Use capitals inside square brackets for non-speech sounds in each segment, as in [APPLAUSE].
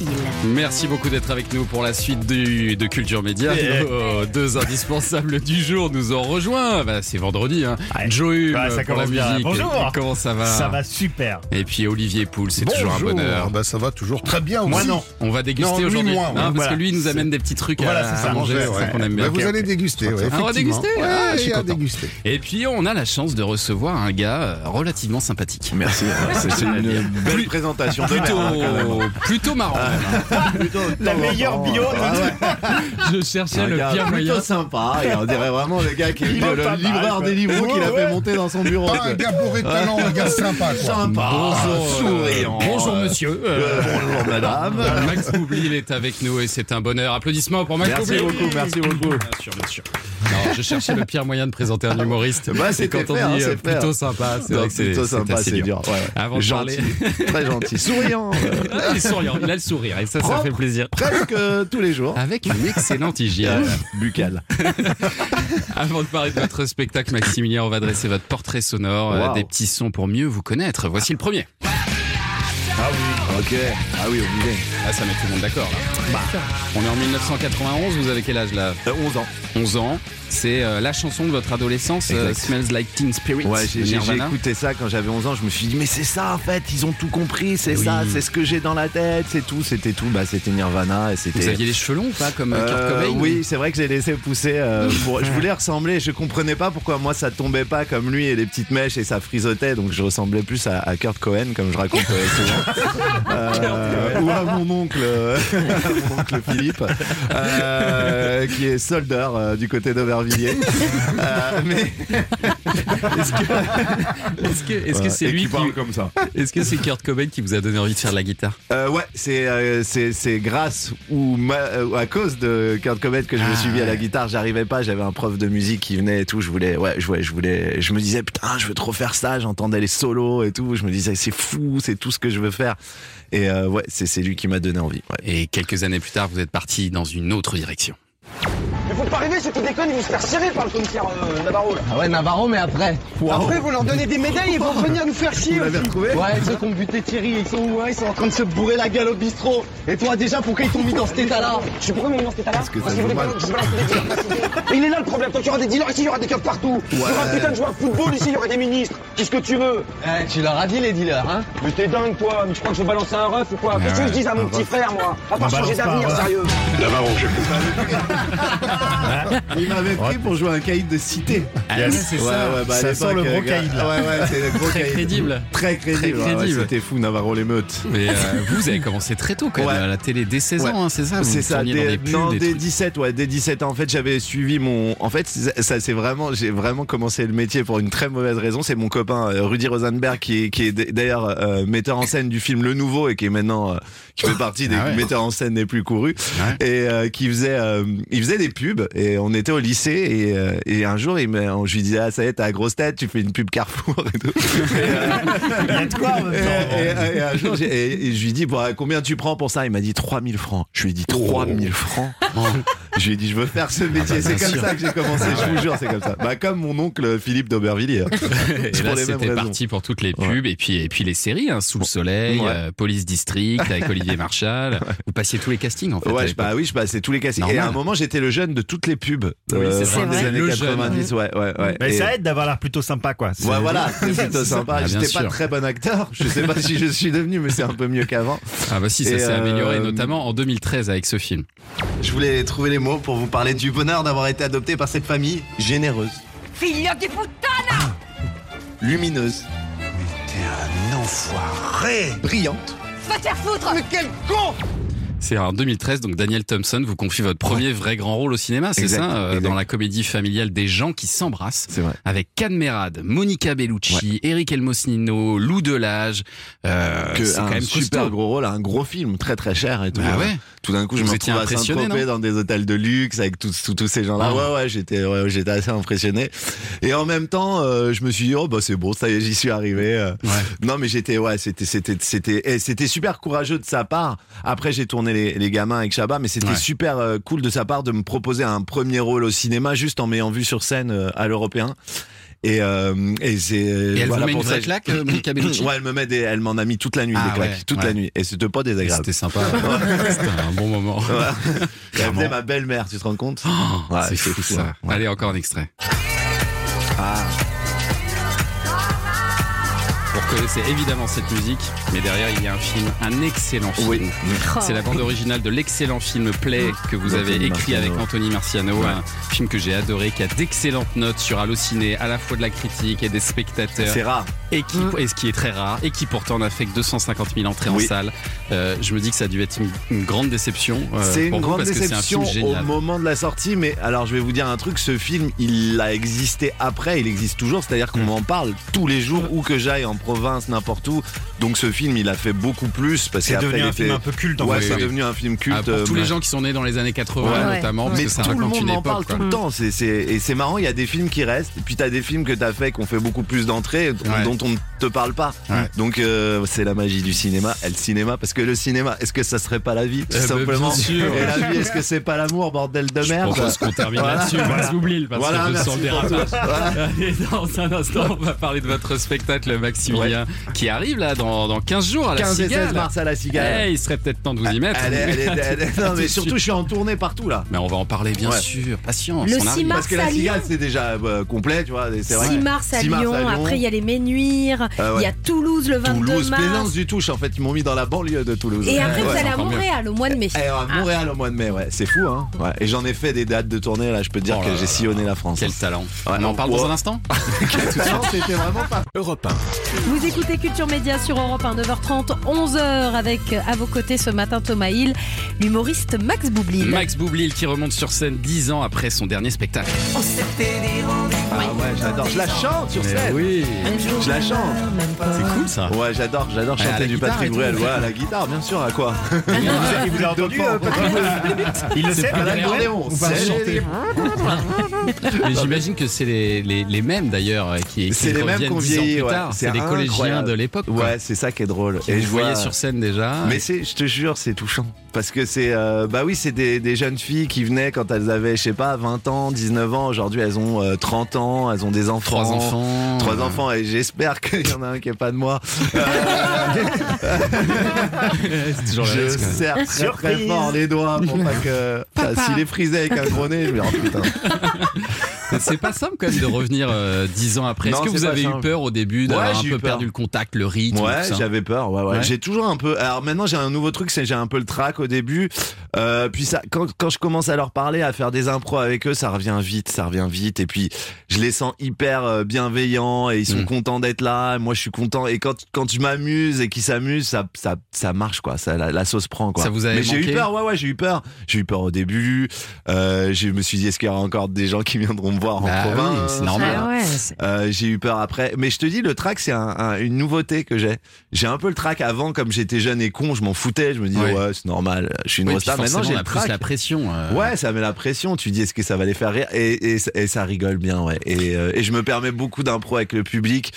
Hill. Merci beaucoup d'être avec nous pour la suite du- de [LAUGHS] Culture Média. Eh. Nos deux indispensables du jour nous ont rejoints. Bah, c'est vendredi. Hein. Ouais. Joe Hume Ouais, ça pour la commence bien. musique. Bonjour. Comment ça va Ça va super. Et puis Olivier Poul, c'est toujours un Bonjour. bonheur. Bah, ça va toujours très bien aussi. Moi non. On va Non, déguster lui, aujourd'hui. hein, moi, ouais. parce Voilà. que lui, il nous amène des petits trucs Voilà, à, c'est ça. à manger. Ouais, C'est ça ouais. qu'on aime bien. Bah, vous Ok, allez ok. déguster. Ouais, Ah, on va effectivement. déguster. Ouais, Ah, je suis et à content. déguster. Et puis, on a la chance de recevoir un gars euh, relativement sympathique. Merci, c'est une belle présentation. de Plutôt, Ah, merde, hein, quand même. plutôt marrant. La meilleure bio Ah de ouais, Je cherchais un gars plutôt sympa. et on dirait vraiment le gars qui est Il est le pas mal, livreur quoi. des livres qu'il a fait monter dans son bureau. Pas quoi. un gars bourré de talent, un gars sympa. Quoi. Sympa, Bonjour, euh, souriant. bonjour, euh, monsieur. euh, bonjour madame. [LAUGHS] Max Boublil il est avec nous et c'est un bonheur. Applaudissements pour Max Merci Boublil. beaucoup, merci beaucoup. Bien sûr, bien sûr. Non, je cherchais le pire moyen de présenter un humoriste. Bah, Et c'était quand on faire, dit hein, euh, c'est plutôt faire. sympa, c'est Non, vrai que c'est plutôt c'est sympa, assez c'est dur. ouais, ouais. Avant de gentil, très gentil, souriant. euh, Ah, il est souriant, il a le sourire et ça, ça Propre. fait plaisir. presque euh, tous les jours. Euh, Avec une [LAUGHS] excellente hygiène. Buccal. Avant de parler de votre spectacle, Maximilien, on va dresser votre portrait sonore, euh, Wow. des petits sons pour mieux vous connaître. Voici le premier. Ok. Ah oui, obligé. Ah, ça met tout le monde d'accord. là. Bah. On est en 1991, vous avez quel âge là Euh, 11 ans. 11 ans. C'est euh, la chanson de votre adolescence, euh, Exact. Smells Like Teen Spirit. Ouais, j'ai de j'ai- j'ai Nirvana. écouté ça quand j'avais 11 ans, je me suis dit mais c'est ça en fait, ils ont tout compris, c'est Oui. ça, c'est ce que j'ai dans la tête, c'est tout, c'était tout, bah c'était Nirvana et Vous c'était aviez les cheveux longs ou pas comme Euh, Kurt Cobain oui, c'est vrai que j'ai laissé pousser. [LAUGHS] euh, pour- je voulais ressembler. Je comprenais pas pourquoi moi ça tombait pas comme lui et les petites mèches et ça frisotait. Donc je ressemblais plus à, à Kurt Cohen comme je raconte euh, [LAUGHS] souvent. Euh, ou à mon oncle, euh, [LAUGHS] à mon oncle Philippe, euh, qui est solder euh, du côté [LAUGHS] d'Aubervilliers. Euh, mais Est-ce que est-ce que est-ce que c'est Et lui qui qui- parle comme ça. [LAUGHS] Est-ce que c'est Kurt Cobain qui vous a donné envie de faire de la guitare Euh, ouais, c'est euh, c'est c'est grâce ou ma- euh, à cause de Kurt Cobain que je me Ah, suis mis à la ouais. guitare. J'arrivais pas, j'avais un prof de musique qui venait et tout. Je voulais, ouais, je voulais, je voulais, je me disais putain, je veux trop faire ça. J'entendais les solos et tout. Je me disais c'est fou, c'est tout ce que je veux faire. Et euh, ouais, c'est c'est lui qui m'a donné envie. ouais. Et quelques années plus tard, vous êtes parti dans une autre direction. Mais faut pas rêver, ceux qui déconnent, ils vont se faire serrer par le commissaire euh, Navarro. Là. Ah ouais, Navarro, mais après. Après, vous leur donnez des médailles et vont venir nous faire chier. aussi. Ouais, ceux qui ont buté Thierry, ils sont où hein Ils sont en train de se bourrer la gueule au bistrot. Et toi, déjà, pourquoi ils t'ont mis dans cet état-là Je sais pourquoi ils m'ont mis dans cet état-là que Parce ça joue qu'ils voulaient pas mal. que je balance des dealers ici. Et il est là le problème. Quand il y aura des dealers ici, il y aura des keufs partout. Il y aura Ouais. putain de joueurs de football ici, il y aura des ministres. Qu'est-ce que tu veux Eh, tu leur as dit les dealers, hein Mais t'es dingue, toi. Mais tu crois que je vais balancer un ref ou quoi Qu'est-ce que je dis à mon petit frère, moi À part changer balance pas un d'avenir, ref. sérieux. Il m'avait pris pour jouer un caïd de cité. Ah Yes. oui, c'est Ouais, ça. ouais, bah, à Ça l'époque, sent le gros euh, caïd, là. Ouais, ouais, c'est le gros Très caïd. crédible. Très crédible. Très ouais, ouais, crédible. C'était fou, Navarro l'émeute. [LAUGHS] Mais euh, vous avez commencé très tôt quand même Ouais. à la télé dès 16 ans, Ouais. hein, c'est ça Vous C'est ça, tourniez dans dès, des pubs, non, des dès trucs. 17, ouais, dès 17 ans. En fait, j'avais suivi mon. En fait, c'est- ça, c'est vraiment. J'ai vraiment commencé le métier pour une très mauvaise raison. C'est mon copain euh, Rudy Rosenberg, qui est, qui est d- d'ailleurs euh, metteur en scène du film Le Nouveau et qui est maintenant. euh, qui fait partie des Ah ouais. metteurs en scène les plus courus. Et euh, qui faisait. euh, il faisait des pubs et on était au lycée et, euh, et un jour, il me, on- je lui disais, ah, ça y est, t'as la grosse tête, tu fais une pub Carrefour et tout. quoi en même Et, temps et- et- et un jour, j'ai- et- et je lui dis Bon, combien tu prends pour ça Il m'a dit 3000 francs. Je lui ai dit 3000 francs. Je lui ai dit, je veux faire ce métier. c'est comme ça que j'ai commencé, je vous jure, c'est comme ça. Bah, comme mon oncle Philippe d'Aubervilliers. Et C'est [LAUGHS] là, pour les mêmes c'était raisons. parti pour toutes les pubs et puis et puis les séries, hein, Sous le soleil, Ouais. euh, Police District [LAUGHS] avec Olivier Marshall. Vous passiez tous les castings en fait. à Ouais, je, l'époque. bah oui, je passais tous les classiques. Et à Normal. un moment, j'étais le jeune de toutes les pubs. euh, c'est fin vrai. des années Le 90, ouais, ouais, ouais. Mais Et- ça aide d'avoir l'air plutôt sympa, quoi. C'est- Ouais, voilà, c'est plutôt sympa. Ah, bien J'étais pas sûr. très bon acteur. Je sais pas si je suis devenu, mais c'est un peu mieux qu'avant. Ah bah si, ça Et, s'est euh, amélioré notamment en 2013 avec ce film. Je voulais trouver les mots pour vous parler du bonheur d'avoir été adopté par cette famille généreuse, Figlio di puttana! lumineuse, Enfoiré brillante. Va te faire foutre! Mais quel con C'est en 2013, donc Daniel Thompson vous confie votre premier vrai grand rôle au cinéma, c'est Exact, ça euh, exact. Dans la comédie familiale des gens qui s'embrassent. C'est vrai. Avec Can Merad, Monica Bellucci, Eric Elmosnino, Lou Delage. Euh, que c'est un quand même super costaud. gros rôle, un gros film très très cher et tout. Bah ouais. Tout d'un coup, je Vous me étiez retrouve à impressionné, Ah. Saint-Tropez dans des hôtels de luxe avec tous tous- tous ces gens-là. Ouais. Ouais, ouais, j'étais ouais, j'étais assez impressionné. Et en même temps, euh, je me suis dit oh bah c'est bon, ça y est, j'y suis arrivé. euh. Non, mais j'étais ouais, c'était c'était c'était eh, c'était super courageux de sa part. Après, j'ai tourné les, les gamins avec Chabat, mais c'était Ouais. super euh, cool de sa part de me proposer un premier rôle au cinéma juste en m'ayant vu sur scène euh, à l'européen. Et, euh, et c'est. Et elle voilà vous met une pour ça vraie que- claque, euh, Monica Bellucci [COUGHS] Ouais, elle me met des, elle m'en a mis toute la nuit Ah des claques, ouais, toute ouais. la nuit. Et c'était pas désagréable. [LAUGHS] C'était sympa. C'était un bon moment. Voilà. Et elle faisait ma belle-mère, tu te rends compte Ouais, Oh, c'est fou fou, ça. hein. Ouais. Ah. Allez, encore un extrait. Vous reconnaissez évidemment cette musique, mais derrière il y a un film, un excellent film. Oui. Oh. C'est la bande originale de l'excellent film Play que vous avez D'Anthony écrit Marciano. avec Anthony Marciano, un film que j'ai adoré, qui a d'excellentes notes sur Allociné, à la fois de la critique et des spectateurs, C'est rare. et, qui, et ce qui est très rare, et qui pourtant n'a fait que 250 000 entrées en Oui. salle. Euh, je me dis que ça a dû être une, une grande déception. euh, c'est pour une vous, grande parce que c'est un déception film au génial. moment de la sortie, mais alors je vais vous dire un truc, ce film, il a existé après, il existe toujours, c'est-à-dire Mm. qu'on en parle tous les jours, où que j'aille, en province, n'importe où. Donc ce film, il a fait beaucoup plus, parce C'est qu'après devenu il un était- film un peu culte en Ouais, fait. c'est oui. devenu un film culte. Ah, pour tous euh, les gens qui sont nés dans les années 80 Ouais. notamment, parce mais que ça tout le raconte monde une en époque. parle quoi. tout le temps. C'est, c'est- et c'est marrant, il y a des films qui restent, et puis t'as des films que t'as fait, qu'on fait beaucoup plus d'entrées, dont- Ouais. dont on ne te parle pas. Ouais. Donc euh, c'est la magie du cinéma. Et le cinéma, parce que le cinéma, est-ce que ça serait pas la vie, tout Eh ben, simplement bien sûr. Et la vie, est-ce que c'est pas l'amour, bordel de Je merde propose qu'on termine Voilà. là-dessus. Voilà. J'oublie parce Voilà, que je merci sens le pour dérapage. Allez, dans un instant, on va parler de votre spectacle Maximilien qui arrive là dans, dans 15 jours à la 15 et 16 Cigale. mars à la cigale. Eh, il serait peut-être temps de vous y mettre. Allez, allez, allez, allez. Non, Tout de [LAUGHS] mais surtout, suite. je suis en tournée partout là. Mais on va en parler bien Ouais. sûr. Patience. Le on 6 arrive. mars Parce que à la cigale, Lyon. c'est déjà euh, complet, tu vois. C'est vrai. 6 mars à, 6 mars Lyon, à Lyon. après il y a les Ménuires, il Ah ouais. y a Toulouse le 22 Toulouse, mars. Plaisance du Touche, en fait, ils m'ont mis dans la banlieue de Toulouse. Et après Ouais. vous allez à encore mieux. Montréal au mois de mai. Eh, à Montréal au mois de mai, ouais, c'est fou, hein. Ouais. Et j'en ai fait des dates de tournée, là, je peux te dire Oh là que là j'ai sillonné la France. [LAUGHS] Quel talent. Ouais, on en on- parle dans wow. un instant Non, c'était vraiment pas. Europe Vous écoutez Culture Média sur Europe 1, 9h30, 11h avec euh, à vos côtés ce matin Thomas Hill, l'humoriste Max Boublil. Max Boublil qui remonte sur scène 10 ans après son dernier spectacle. Ah ouais, j'adore. Je la chante sur scène. oui. Je la chante. C'est cool ça. Ouais, j'adore, j'adore Ouais, à la chanter du guitare et Patrick tout. Bruel. Ouais, à la guitare, bien sûr, à [LAUGHS] quoi Il vous a entendu, euh, Patrick Il le sait, À Patrick Bruel l'accordéon, Ou pas c'est- chanter. Mais j'imagine que c'est les, les, les mêmes d'ailleurs euh, qui, qui C'est les mêmes reviennent qu'on 10 ans plus vieillit, ouais. tard. C'est des incroyable. collégiens de l'époque. quoi. Ouais, c'est ça qui est drôle. Et je voyais vois- sur scène déjà. Mais c'est, je te jure, c'est touchant. Parce que c'est. euh, bah oui, c'est des, des jeunes filles qui venaient quand elles avaient, je sais pas, 20 ans, 19 ans. Aujourd'hui, elles ont euh, 30 ans, elles ont des enfants. trois enfants. Trois [LAUGHS] enfants, et j'espère qu'il y en a un qui est pas de moi. C'est toujours Je le risque. serre très, très Surprise. fort les doigts pour pas que. Enfin, S'il est frisé avec un gros nez, je vais dire, oh, putain. Mais C'est pas simple quand même de revenir euh, dix ans après. Est-ce Non, que c'est vous pas avez eu simple. peur au début d'avoir Ouais, un j'ai eu peu peur. perdu le contact, le rythme Ouais, tout ça j'avais peur. Ouais, ouais. hein. Ouais. J'ai toujours un peu. Alors maintenant, j'ai un nouveau truc, c'est que j'ai un peu le trac au début. Euh, puis ça, quand, quand je commence à leur parler, à faire des impros avec eux, ça revient vite, ça revient vite. Et puis, je les sens hyper euh, bienveillants et ils sont Mm. contents d'être là. Et moi, je suis content. Et quand, quand je m'amuse et qu'ils s'amusent, ça, ça, ça marche quoi. Ça, la, la sauce prend quoi. Ça vous avait Mais j'ai eu manqué peur. Ouais, ouais, j'ai eu peur. J'ai eu peur au début. Euh, je me suis dit, est-ce qu'il y aura encore des gens qui viendront me voir en Bah oui, province c'est normal. Ah ouais, c'est- euh, j'ai eu peur après. Mais je te dis, le track, c'est un- un- une nouveauté que j'ai. J'ai un peu le track avant, comme j'étais jeune et con, je m'en foutais. Je me disais, Ouais. ouais, c'est normal, je suis une Oui, puis resta. Maintenant, forcément, j'ai on le a plus track. la pression. euh. Ouais, ça met la pression. Tu dis, est-ce que ça va les faire rire et, et, et ça rigole bien, ouais. Et, euh, et je me permets beaucoup d'impro avec le public.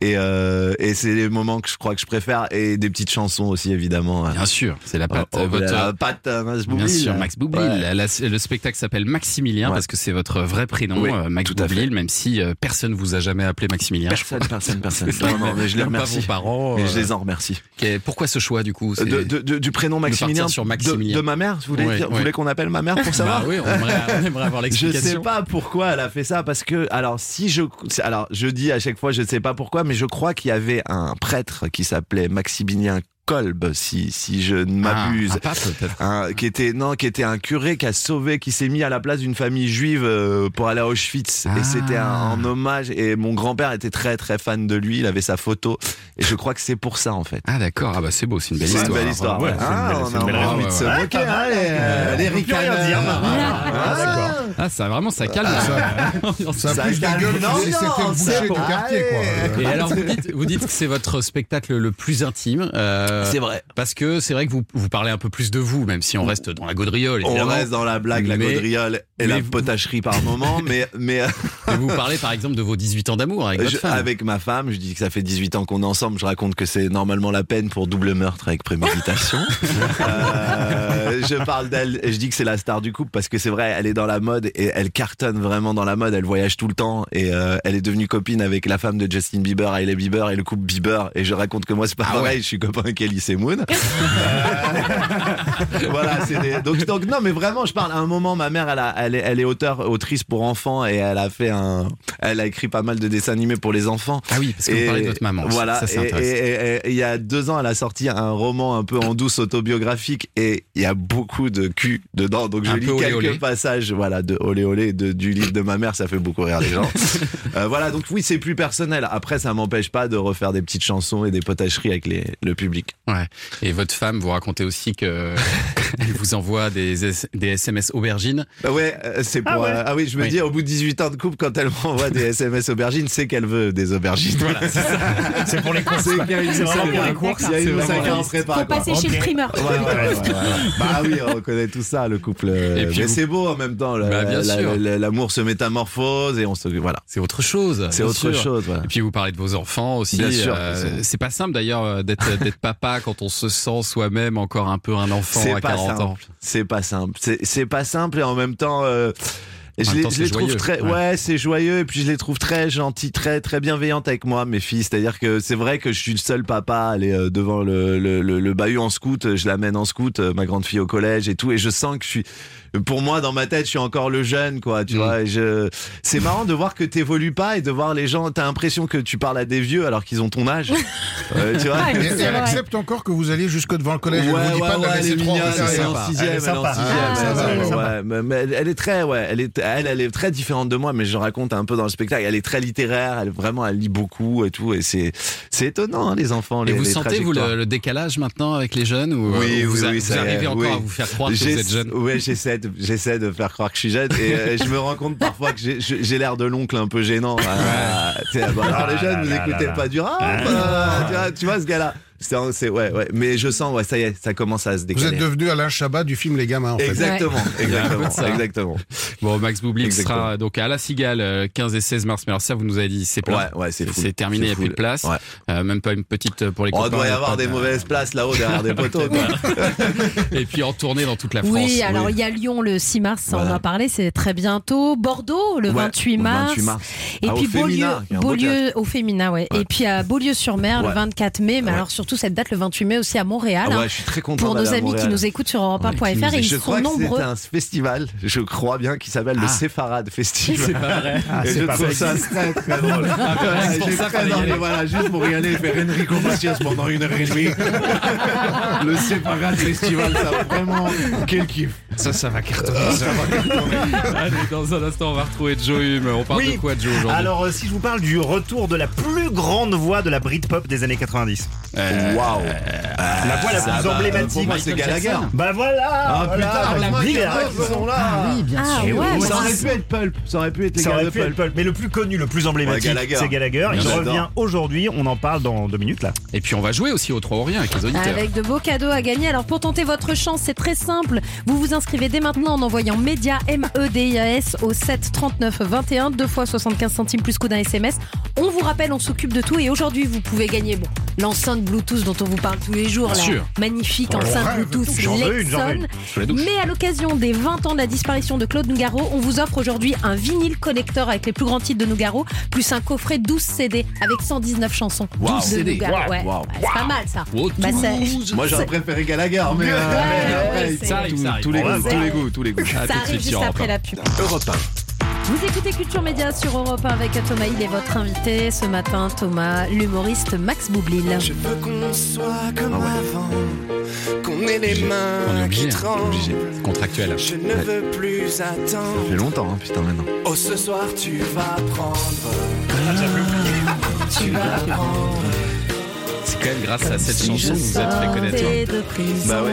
Et, euh, et c'est les moments que je crois que je préfère. Et des petites chansons aussi, évidemment. hein. Bien sûr, c'est la patte. Oh, oh, votre- euh, la patte, hein, Max Bien Boublil. sûr, Max Boublil. Ouais. La- la- le spectacle s'appelle Maximilien Ouais. parce que c'est votre vrai prénom, Oui, euh, Max tout à Boublil, même si euh, personne vous a jamais appelé Maximilien. Personne, personne, personne. C'est Non, non, mais je les même pas vos remercie. parents. Mais euh, je les en remercie. Euh, ok, Pourquoi ce choix du coup c'est- De- de- de- du prénom Maximilien, partir sur de- Maximilien. De, ma mère vous voulez, Ouais, dire- vous ouais. voulez qu'on appelle ma mère pour Bah savoir oui, on aimerait, on aimerait avoir [LAUGHS] Je sais l'explication. pas pourquoi elle a fait ça parce que alors si je alors je dis à chaque fois je sais pas pourquoi mais je crois qu'il y avait un prêtre qui s'appelait Maximilien Kolb si si je ne Ah, m'abuse un pape, peut-être. un- qui était non qui était un curé qui a sauvé qui s'est mis à la place d'une famille juive euh, pour aller à Auschwitz Ah. et c'était un, un hommage et mon grand-père était très très fan de lui il avait sa photo et je crois que c'est pour ça en fait Ah d'accord, ah bah c'est beau, c'est une belle c'est histoire. une belle histoire. Ouais, c'est une Ah, belle- on c'est une a belle Ah, envie raison. de se moquer, hein, les, les Euh, On peut plus rien ricanes. dire, maintenant. hein. Ah, D'accord. Ah ça vraiment ça [LAUGHS] calme. Ça, Ambiance. ça a Ça plus calme de gueule que si l'ambiance, c'était le c'est boucher du bon. quartier, quoi. Allez. Et alors vous dites, vous dites que c'est votre spectacle le plus intime. Euh, euh, C'est vrai. Parce que c'est vrai que vous, vous parlez un peu plus de vous, même si on reste dans la gaudriole. On évidemment. reste dans la blague, la Mais- gaudriole et mais la vous- potacherie par moment, mais, mais euh, Et vous parlez par exemple de vos 18 ans d'amour avec votre je- femme. avec ma femme, je dis que ça fait 18 ans qu'on est ensemble, je raconte que c'est normalement la peine pour double meurtre avec [LAUGHS] préméditation. Euh, je parle d'elle, et je dis que c'est la star du couple parce que c'est vrai, elle est dans la mode et elle cartonne vraiment dans la mode, elle voyage tout le temps et euh, elle est devenue copine avec la femme de Justin Bieber, Hailey Bieber et le couple Bieber et je raconte que moi c'est pas Ah ouais. pareil, je suis copain avec Elise [LAUGHS] Moon. voilà, c'est des- donc, donc non, mais vraiment, je parle. À un moment, ma mère, elle, a- elle est, elle est auteur, autrice pour enfants et elle a fait un, elle a écrit pas mal de dessins animés pour les enfants. Ah oui, parce que vous Et parlez de votre maman. Voilà. Ça, c'est et- intéressant. et- et- et il y a deux ans, elle a sorti un roman un peu en douce autobiographique et il y a beaucoup de cul dedans. Donc je Un lis peu olé, quelques olé. passages, voilà, de olé olé de, du livre de ma mère. Ça fait beaucoup rire les [LAUGHS] gens. Euh, voilà. Donc oui, c'est plus personnel. Après, ça m'empêche pas de refaire des petites chansons et des potacheries avec les, le public. Ouais. Et votre femme, vous racontez [LAUGHS] aussi que elle vous envoie des, S- des SMS aubergines. Bah Ouais, euh, c'est pour. euh, Ah, oui, je me Oui. dis, au bout de 18 ans de couple, quand elle m'envoie [LAUGHS] des SMS aubergines, c'est qu'elle veut des aubergines. Voilà, c'est ça. C'est pour les courses. C'est qu'il y a une C'est vraiment saga. pour les courses. Il y a C'est une vraiment saga en réaliste. prépa, Faut quoi. passer chez Ok. le primeur. Ouais, ouais, ouais, ouais, ouais. [LAUGHS] bah oui, on connaît tout ça, le couple. euh, Et puis mais vous- c'est beau en même temps. le- Bah, bien la- sûr. la- L'amour se métamorphose et on se. Voilà. C'est autre chose. C'est bien autre sûr. chose. Voilà. Et puis vous parlez de vos enfants aussi. Bien sûr, Euh, bien sûr. c'est pas simple d'ailleurs euh, d'être d'être papa quand on se sent soi-même encore un peu un enfant C'est à pas 40 ans. C'est pas simple. C'est- C'est pas simple et en même temps. euh, je même les, temps, je c'est les trouve joyeux. très, ouais, Ouais. c'est joyeux et puis je les trouve très gentils, très très bienveillantes avec moi, mes filles. C'est-à-dire que c'est vrai que je suis le seul papa à aller euh, devant le, le, le, le bahut en scout. euh, Je l'amène en scout, euh, ma grande fille au collège et tout. Et je sens que je suis, pour moi, dans ma tête, je suis encore le jeune, quoi. Tu Mm. vois. Et je, c'est marrant de voir que t'évolues pas et de voir les gens. T'as l'impression que tu parles à des vieux alors qu'ils ont ton âge. [LAUGHS] Euh, tu vois. Ouais, Et [LAUGHS] c'est elle vrai. accepte encore que vous allez jusque devant le collège. Ouais, elle vous dit ouais, pas de la ouais, elle est laisser trop en mignonne, retard. elle est en sympa. sixième, Elle est elle est en sympa. sixième, Ah, elle est en ça va, elle est sixième, ouais, mais- mais elle- elle est très, ouais, elle est, elle, elle est très différente de moi, mais je raconte un peu dans le spectacle. Elle est très littéraire, elle vraiment, elle lit beaucoup et tout, et c'est, c'est étonnant hein, les enfants. Et les, vous les sentez vous trajectoires. le, le décalage maintenant avec les jeunes ou euh, Oui, ou vous, oui, a- oui, vous ça y est, arrivez encore oui. à vous faire croire que vous J'essa- êtes jeune Ouais, j'essaie de, j'essaie de faire croire que je suis jeune et euh, je me rends compte parfois que j'ai, je- j'ai l'air de l'oncle un peu gênant. Ah, tu sais, bah, alors les Ah jeunes, là vous là écoutez là pas du rap, Ah. euh, tu, vois, tu vois ce gars-là. C'est, c'est- ouais, ouais. Mais je sens, ouais, ça y est, ça commence à se Vous décaler. êtes devenu Alain Chabat du film Les Gamins, en fait. Exactement, Ouais, exactement, ça. exactement. Bon, Max Boublil Exactement. sera donc à La Cigale euh, 15 et 16 mars. Mais alors ça, vous nous avez dit, c'est plein. Ouais, ouais, c'est fou. C'est terminé, il n'y a C'est plus de full. place. Ouais. Euh, même pas une petite euh, pour les On copains, Oh, doit y pas avoir des de- mauvaises places là-haut derrière [LAUGHS] des poteaux. quoi. Et puis en tournée dans toute la France. Oui, alors il y a Lyon le 6 mars, ça, on Voilà. en a parlé, c'est très bientôt. Bordeaux le Ouais, 28 le mars. 28 mars. Et Ah, au puis Beaulieu, Fémina, il y a un beau Beaulieu au Féminin, ouais. Ouais. Et puis à Beaulieu-sur-Mer le Ouais. 24 mai, mais Ouais. alors surtout cette date le 28 mai aussi à Montréal. Ah hein, ouais, je suis très content. pour d'aller nos à amis qui Montréal. nous écoutent sur europe Ouais, qui nous- 1.fr et je ils crois sont que c'est nombreux. un festival, je crois bien, qui s'appelle le Ah. Séfarade Festival. pas vrai. Ah, Et c'est je pas trouve vrai. ça très très drôle. Ah, ouais, c'est Ouais, pour j'ai ça très qu'il fallait y envie, aller. voilà, juste pour y aller faire Enrico Macias pendant une heure et demie. Le Séfarade Festival, ça va vraiment. Quel kiff. Ça, ça va cartonner. Allez, dans un instant, on va retrouver Joe Hume. On parle Oui. de quoi, Joe, aujourd'hui Alors, euh, si je vous parle du retour de la plus grande voix de la Britpop des années 90. Waouh. La voix la plus Pour emblématique. moi, c'est Gallagher. Bah voilà Ah voilà, Bah, putain, la heureusement big qu'il y en a arc. qui sont là. Ah Et ouais, oui, bah, ça aurait pu être Pulp, ça aurait pu être les Ça gars aurait de pu être Pulp. Pulp, mais le plus connu, le plus emblématique, Ouais, Gallagher. c'est Gallagher. Et Bien je sûr. reviens aujourd'hui, on en parle dans deux minutes là. Et puis on va jouer aussi au 3 ou rien avec les auditeurs. Avec de beaux cadeaux à gagner. Alors pour tenter votre chance, c'est très simple. Vous vous inscrivez dès maintenant en envoyant média M E D I A S au 7 39 21 deux fois 75 centimes plus coup d'un SMS. On vous rappelle, on s'occupe de tout et aujourd'hui vous pouvez gagner bon l'enceinte Bluetooth dont on vous parle tous les jours, Bien la sûr. magnifique Oh, enceinte rêve. Bluetooth J'en veux une, j'en veux une. Lexon. Sous la douche. Mais à l'occasion des 20 ans de la disparition de Claude Nougaro, on vous offre aujourd'hui un vinyle collector avec les plus grands titres de Nougaro, plus un coffret 12 CD avec 119 chansons. Wow. 12 de CD. Nougaro, Wow. ouais. Wow. Ouais, C'est pas mal ça. Oh, Bah, ça- Moi j'aurais préféré Gallagher, mais euh, ouais, après, ouais, ils c'est- sont Ça arrive, tous- ça arrive. tous les On va goûts, voir. tous les goûts, tous les goûts. Ah, À Ah, tout de Ça arrive suite juste sur après Europe la pub. Europe Vous écoutez Culture Média sur Europe 1 avec Thomas Hill et votre invité ce matin, Thomas, l'humoriste Max Boublil. Je veux qu'on soit comme Ah ouais. avant, qu'on ait les Obligé. On est mains obligé, qui hein. tremblent. Obligé. Contractuel. Je ne veux plus Ça fait attendre. longtemps, hein, putain, maintenant. Oh, ce soir, tu vas prendre. Ah, j'avais oublié. Tu vas prendre. C'est quand même grâce à cette chanson que vous vous êtes fait connaître. hein. Sortez de prison Bah ouais.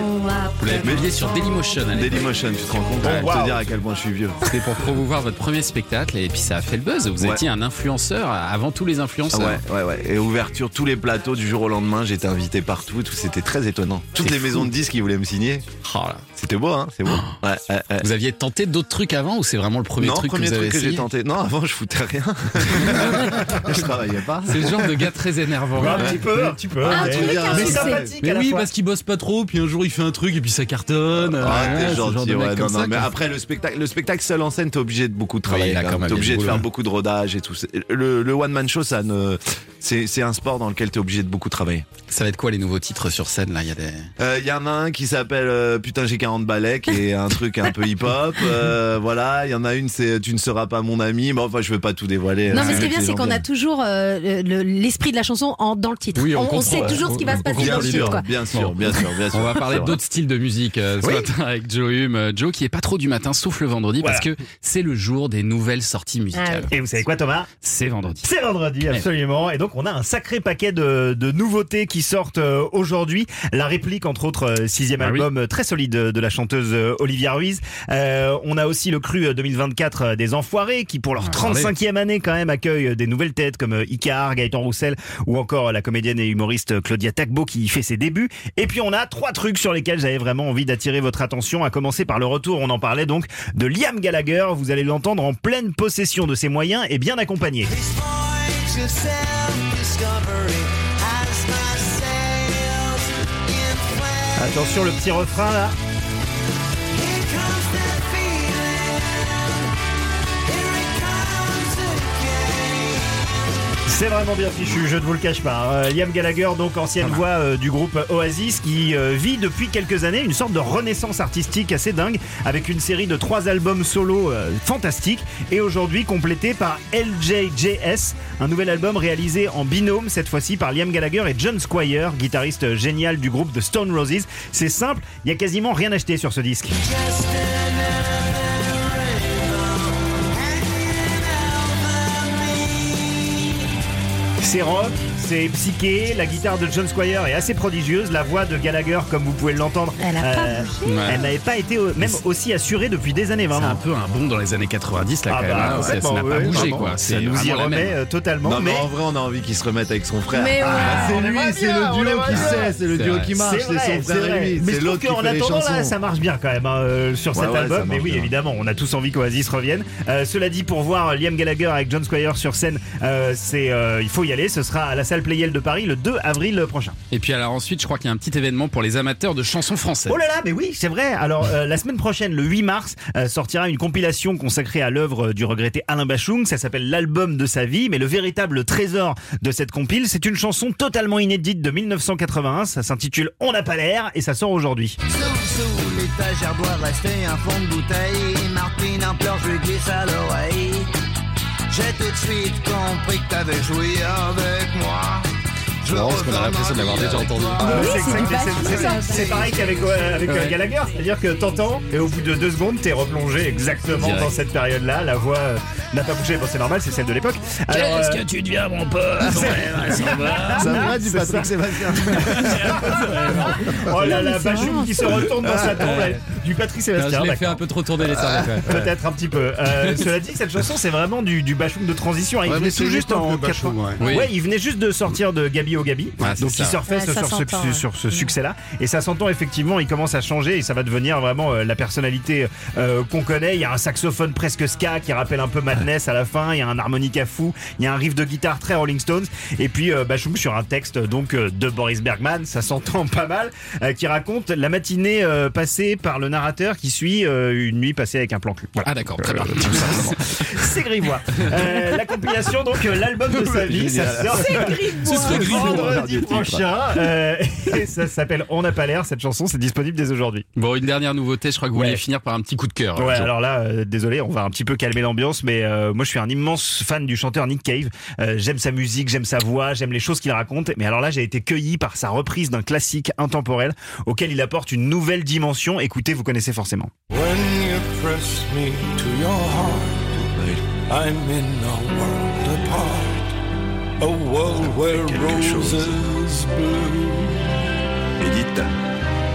Vous l'avez publié sur Dailymotion à l'époque. Dailymotion, tu te rends compte Ouais. pour te dire à quel point je suis vieux. C'était pour promouvoir votre premier spectacle et puis ça a fait le buzz. Vous Ouais. étiez un influenceur avant tous les Ah influenceurs. ouais, ouais, ouais. Et ouverture, tous les plateaux du jour au lendemain, j'étais invité partout, tout c'était très étonnant. Toutes C'est les fou. maisons de disques qui voulaient me signer, Oh là. c'était beau, hein, c'est beau. Ouais, ouais, ouais. Vous aviez tenté d'autres trucs avant ou c'est vraiment le premier non, truc premier que vous avez truc que j'ai essayé tenté. Non, avant je foutais rien. je travaillais pas. C'est le genre de gars très énervant. Un petit peu, un petit peu. Ah, Un mais- truc, bien, un mais succès. sympathique Mais à la oui, fois. parce qu'il bosse pas trop, puis un jour il fait un truc et puis ça cartonne. Ah, Ouais, t'es ce genre de gentil, mec ouais, comme non, ça, non, mais quoi. après le spectacle, le spectacle seul en scène, t'es obligé de beaucoup travailler, il a quand quand même. même t'es du obligé de boulot, faire hein. beaucoup de rodage et tout. C'est- Le, le one man show, ça ne, c'est c'est un sport dans lequel t'es obligé de beaucoup travailler. Ça va être quoi les nouveaux titres sur scène là Il y a des. Euh, Il y en a un qui s'appelle euh, Putain j'ai 40 balais qui est un truc un peu hip hop. voilà, il y en a une c'est Tu ne seras pas mon ami. Bon, enfin je veux pas tout dévoiler. Non, euh, mais ce qui est les bien, c'est gens qu'on a viennent. toujours euh, le- le- l'esprit de la chanson en, dans le titre. Oui, on comprend, sait ouais. toujours ce qui va se passer comprend dans le l'idée, titre. ouais. Quoi. Bien sûr, Bon. bien sûr, bien sûr. On va parler C'est vrai. d'autres styles de musique euh, ce Oui. matin avec Joe Hume. Euh, Joe qui est pas trop du matin, sauf le vendredi, parce que c'est le jour des nouvelles sorties musicales. Et vous savez quoi, Thomas C'est vendredi. Ah C'est vendredi, absolument. Et donc, on a un sacré paquet de, de nouveautés qui sortent euh, aujourd'hui. La réplique, entre autres, euh, sixième Ah oui. album euh, très solide euh, de la chanteuse euh, Olivia Ruiz. Euh, on a aussi le cru euh, 2024 euh, des Enfoirés, qui pour leur Ah, parlez. 35e année, quand même, accueille euh, des nouvelles têtes comme euh, Icar, Gaëtan Roussel ou encore euh, la comédienne et humoriste euh, Claudia Tagbo qui y fait ses débuts. Et puis, on a trois trucs sur lesquels j'avais vraiment envie d'attirer votre attention, à commencer par le retour, on en parlait donc, de Liam Gallagher. Vous allez l'entendre en pleine possession de ses moyens et bien accompagné. Attention le petit refrain là. C'est vraiment bien fichu, je ne vous le cache pas. Euh, Liam Gallagher, donc ancienne voix euh, du groupe Oasis, qui euh, vit depuis quelques années une sorte de renaissance artistique assez dingue, avec une série de trois albums solo euh, fantastiques, et aujourd'hui complété par LJJS, un nouvel album réalisé en binôme, cette fois-ci par Liam Gallagher et John Squire, guitariste génial du groupe The Stone Roses. C'est simple, il n'y a quasiment rien acheté sur ce disque. C'est rock, c'est psyché, la guitare de John Squire est assez prodigieuse, la voix de Gallagher, comme vous pouvez l'entendre, Elle a pas euh, bougé. Ouais. elle n'avait pas été au- même aussi assurée depuis des années, C'est un vraiment. peu un bond dans les années 90 là Ah quand bah, même. hein. Ça- Ça complètement, n'a pas oui, bougé vraiment. quoi. Ça C'est nous y vraiment la même. remet euh, totalement. Non, mais mais en vrai, on a envie qu'il se remette avec son frère. Mais ouais. Ah, c'est lui, c'est le duo qui sait, c'est le C'est duo vrai. qui marche, c'est son frère et lui. Mais C'est je trouve l'autre qui qu'en fait les attendant, là, chansons. ça marche bien quand même hein, euh, sur Ouais, cet ouais, ça album. Mais marche oui, bien. évidemment, on a tous envie qu'Oasis revienne. Euh, cela dit, pour voir Liam Gallagher avec John Squire sur scène, euh, c'est euh, il faut y aller. Ce sera à la salle Playel de Paris le 2 avril prochain. Et puis alors ensuite, je crois qu'il y a un petit événement pour les amateurs de chansons françaises. Oh là là, mais oui, c'est vrai. Alors, euh, la semaine prochaine, le 8 mars, euh, sortira une compilation consacrée à l'œuvre euh, du regretté Alain Bachung. Ça s'appelle L'album de sa vie. Mais le véritable trésor de cette compile, c'est une chanson totalement inédite de 1981. Ça s'intitule On n'a pas l'air et ça sort aujourd'hui. Sous, sous l'étagère doit rester un fond de bouteille. Martine en pleurs, je lui glisse à l'oreille. J'ai tout de suite compris que t'avais joué avec moi. Je Non, parce qu'on a recommande l'impression de l'avoir déjà avec entendu. toi. oui, c'est c'est exact- pas c'est- fou, c'est- ça. c'est pareil qu'avec euh, avec, euh, Ouais. Gallagher. C'est-à-dire que t'entends et au bout de deux secondes, t'es replongé exactement Direct. dans cette période-là. La voix euh, n'a pas bougé. Bon, c'est normal, c'est celle de l'époque. Alors, euh, que tu deviens mon [LAUGHS] pote Ça me va du Patrick [LAUGHS] Sébastien. Oh là Non, mais là, c'est Bachoum vraiment- qui se retourne dans sa tombe là, du Patrick Sébastien. Je l'ai d'accord. fait un peu trop tourner [LAUGHS] les cerveaux. quand même. Peut-être un petit peu. [LAUGHS] Euh, cela dit, cette chanson, c'est vraiment du, du Bachoum de transition. Il Ouais, mais venait c'est tout juste juste en un peu Bachoum, 80. ouais. Oui. Ouais, il venait juste de sortir de Gabi au Gabi. Ouais, c'est donc ça. il surfait Ouais, ça sur, ce, s'entend, ouais. Mm. sur ce succès-là. Et ça s'entend effectivement, il commence à changer et ça va devenir vraiment euh, la personnalité euh, qu'on connaît. Il y a un saxophone presque ska qui rappelle un peu Madness à la fin. Il y a un harmonica fou. Il y a un riff de guitare très Rolling Stones. Et puis euh, Bachoum sur un texte donc euh, de Boris Bergman, ça s'entend pas mal, euh, qui raconte la matinée euh, passée par le narrateur qui suit euh, une nuit passée avec un plan cul. Voilà. Ah d'accord, très bien. Euh. C'est Grivois. Euh, la compilation, donc euh, l'album de sa vie, ça sort Ce serait Grivois. vendredi prochain. Euh, et ça s'appelle On n'a pas l'air. Cette chanson, c'est disponible dès aujourd'hui. Bon, une dernière nouveauté, je crois que vous Ouais. vouliez finir par un petit coup de cœur. Ouais, Joe. alors là, euh, désolé, on va un petit peu calmer l'ambiance, mais euh, moi je suis un immense fan du chanteur Nick Cave. Euh, j'aime sa musique, j'aime sa voix, j'aime les choses qu'il raconte. Mais alors là, j'ai été cueilli par sa reprise d'un classique intemporel auquel il apporte une nouvelle dimension. Écoutez, vous connaissez forcément. When you press me to your heart, I'm in a world apart. A world where roses bloom. Edith.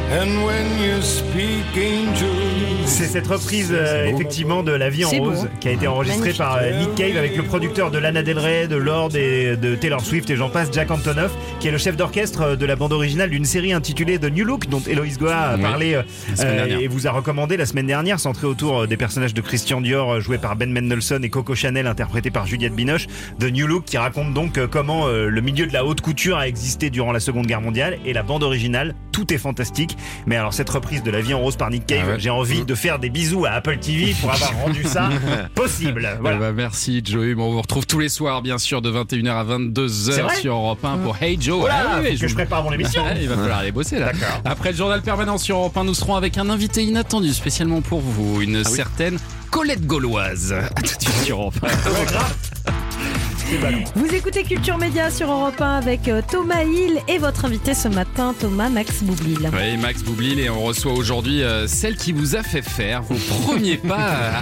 And when you speak angels. C'est cette reprise euh, effectivement de La vie en C'est beau, rose hein. qui a été enregistrée Magnifique. par euh, Nick Cave avec le producteur de Lana Del Rey, de Lord et de Taylor Swift et j'en passe, Jack Antonoff, qui est le chef d'orchestre euh, de la bande originale d'une série intitulée The New Look dont Héloïse Goa a Oui. parlé euh, La semaine euh, dernière. et vous a recommandé la semaine dernière, centrée autour euh, des personnages de Christian Dior euh, joué par Ben Mendelssohn et Coco Chanel interprété par Juliette Binoche, The New Look qui raconte donc euh, comment euh, le milieu de la haute couture a existé durant la Seconde Guerre mondiale et la bande originale, tout est fantastique. Mais alors cette reprise de La vie en rose par Nick Cave, Ah ouais. j'ai envie de faire des bisous à Apple TV [LAUGHS] pour avoir rendu ça possible. Voilà. Eh ben, merci Joey, Bon, on vous retrouve tous les soirs bien sûr de 21h à C'est 22h vrai sur Europe 1 pour Hey Joe. Voilà, Ah oui, faut que je prépare mon [LAUGHS] émission. Il va falloir aller bosser là. Après le journal permanent sur Europe 1, nous serons avec un invité inattendu spécialement pour vous, une certaine Colette Gauloise. [LAUGHS] À tout de suite sur Europe 1. Vous écoutez Culture Média sur Europe 1 avec euh, Thomas Hill et votre invité ce matin, Thomas Max [LAUGHS] Boublil. Oui, Max Boublil, et on reçoit aujourd'hui euh, celle qui vous a fait faire vos premiers pas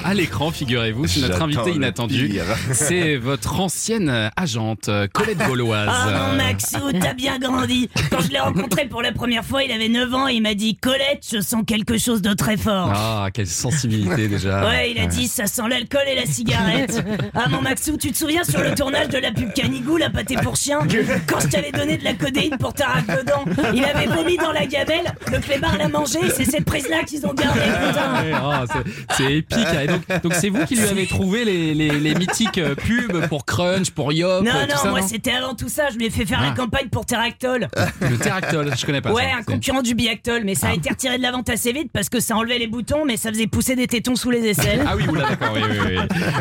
à, à l'écran, figurez-vous. C'est notre J'attends invitée le inattendue. pire. C'est votre ancienne euh, agente, euh, Colette Gauloise. Oh mon Maxou, t'as bien grandi. Quand je l'ai rencontré pour la première fois, il avait 9 ans et il m'a dit Colette, je sens quelque chose de très fort. Ah, quelle sensibilité déjà. Ouais, il a dit ça sent l'alcool et la cigarette. Ah mon Maxou, tu te souviens sur le tournage de la pub Canigou, la pâté pour chien Quand je t'avais donné de la codéine pour ta rage dedans, il avait vomi dans la gamelle, le clébard l'a mangé, c'est cette prise-là qu'ils ont gardée, putain. Ouais, oh, c'est- c'est épique. hein. Et donc, donc c'est vous qui lui avez trouvé les, les- les mythiques euh, pubs pour Crunch, pour Yop, Non, euh, tout non, ça. moi c'était avant tout ça, je lui ai fait faire Ah. la campagne pour Teractol. Le Teractol, je connais pas. Ah. ouais, ça. un C'est- concurrent du Biactol, mais ça a été retiré de la vente assez vite parce que ça enlevait les boutons, mais ça faisait pousser des tétons sous les aisselles. [LAUGHS] Ah oui, oula, d'accord, oui, oui, oui.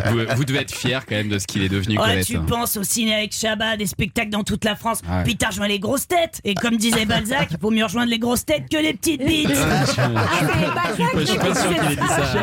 Vous, vous devez être fier quand même de ce qu'il est devenu, hein. Oh, Colette. tu penses au ciné avec Chabat, des spectacles dans toute la France. Ouais. Puis t'as rejoint les grosses têtes. Et comme [LAUGHS] disait Balzac, il vaut mieux rejoindre les grosses têtes que les petites bites. Ah, Ah, Je suis pas sûr qu'il ait dit ça.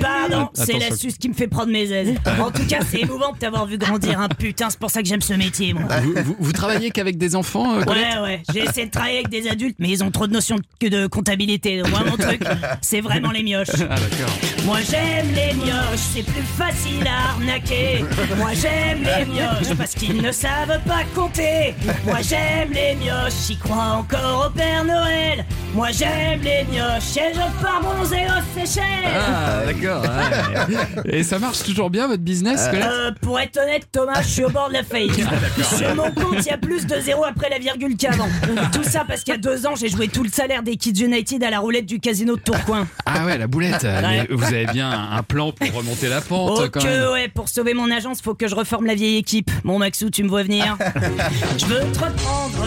Pardon, c'est Attention. la suce qui me fait prendre mes [LAUGHS] aises. En tout cas, c'est émouvant de t'avoir vu grandir. Hein. Putain, c'est pour ça que j'aime ce métier, moi. Vous, vous- vous travaillez qu'avec des enfants, euh, Colette Ouais, ouais, j'ai essayé de travailler avec des adultes, mais ils ont trop de notions que de comptabilité. Moi, mon [LAUGHS] truc, c'est vraiment les mioches. Ah, d'accord. Moi j'aime les mioches, c'est plus facile à arnaquer. Moi j'aime les mioches parce qu'ils ne savent pas compter. Moi j'aime les mioches, j'y crois encore au Père Noël. Moi j'aime les mioches et je pars bronzer aux Seychelles. Ah, d'accord. ouais. Et ça marche toujours bien, votre business, Colette Euh, pour être honnête, Thomas, je suis au bord de la faillite. Sur mon compte, il y a plus de zéro après la virgule qu'avant. Tout ça parce qu'il y a deux ans, j'ai joué tout le salaire des Kids United à la roulette du casino de Tourcoing. Ah ouais, la boulette. Mais Ouais. vous avez bien un plan pour remonter la pente, Oh quand que même. ouais, pour sauver mon agence, faut que je reforme la vieille équipe. Mon Maxou, tu me vois [LAUGHS] venir Je veux te reprendre,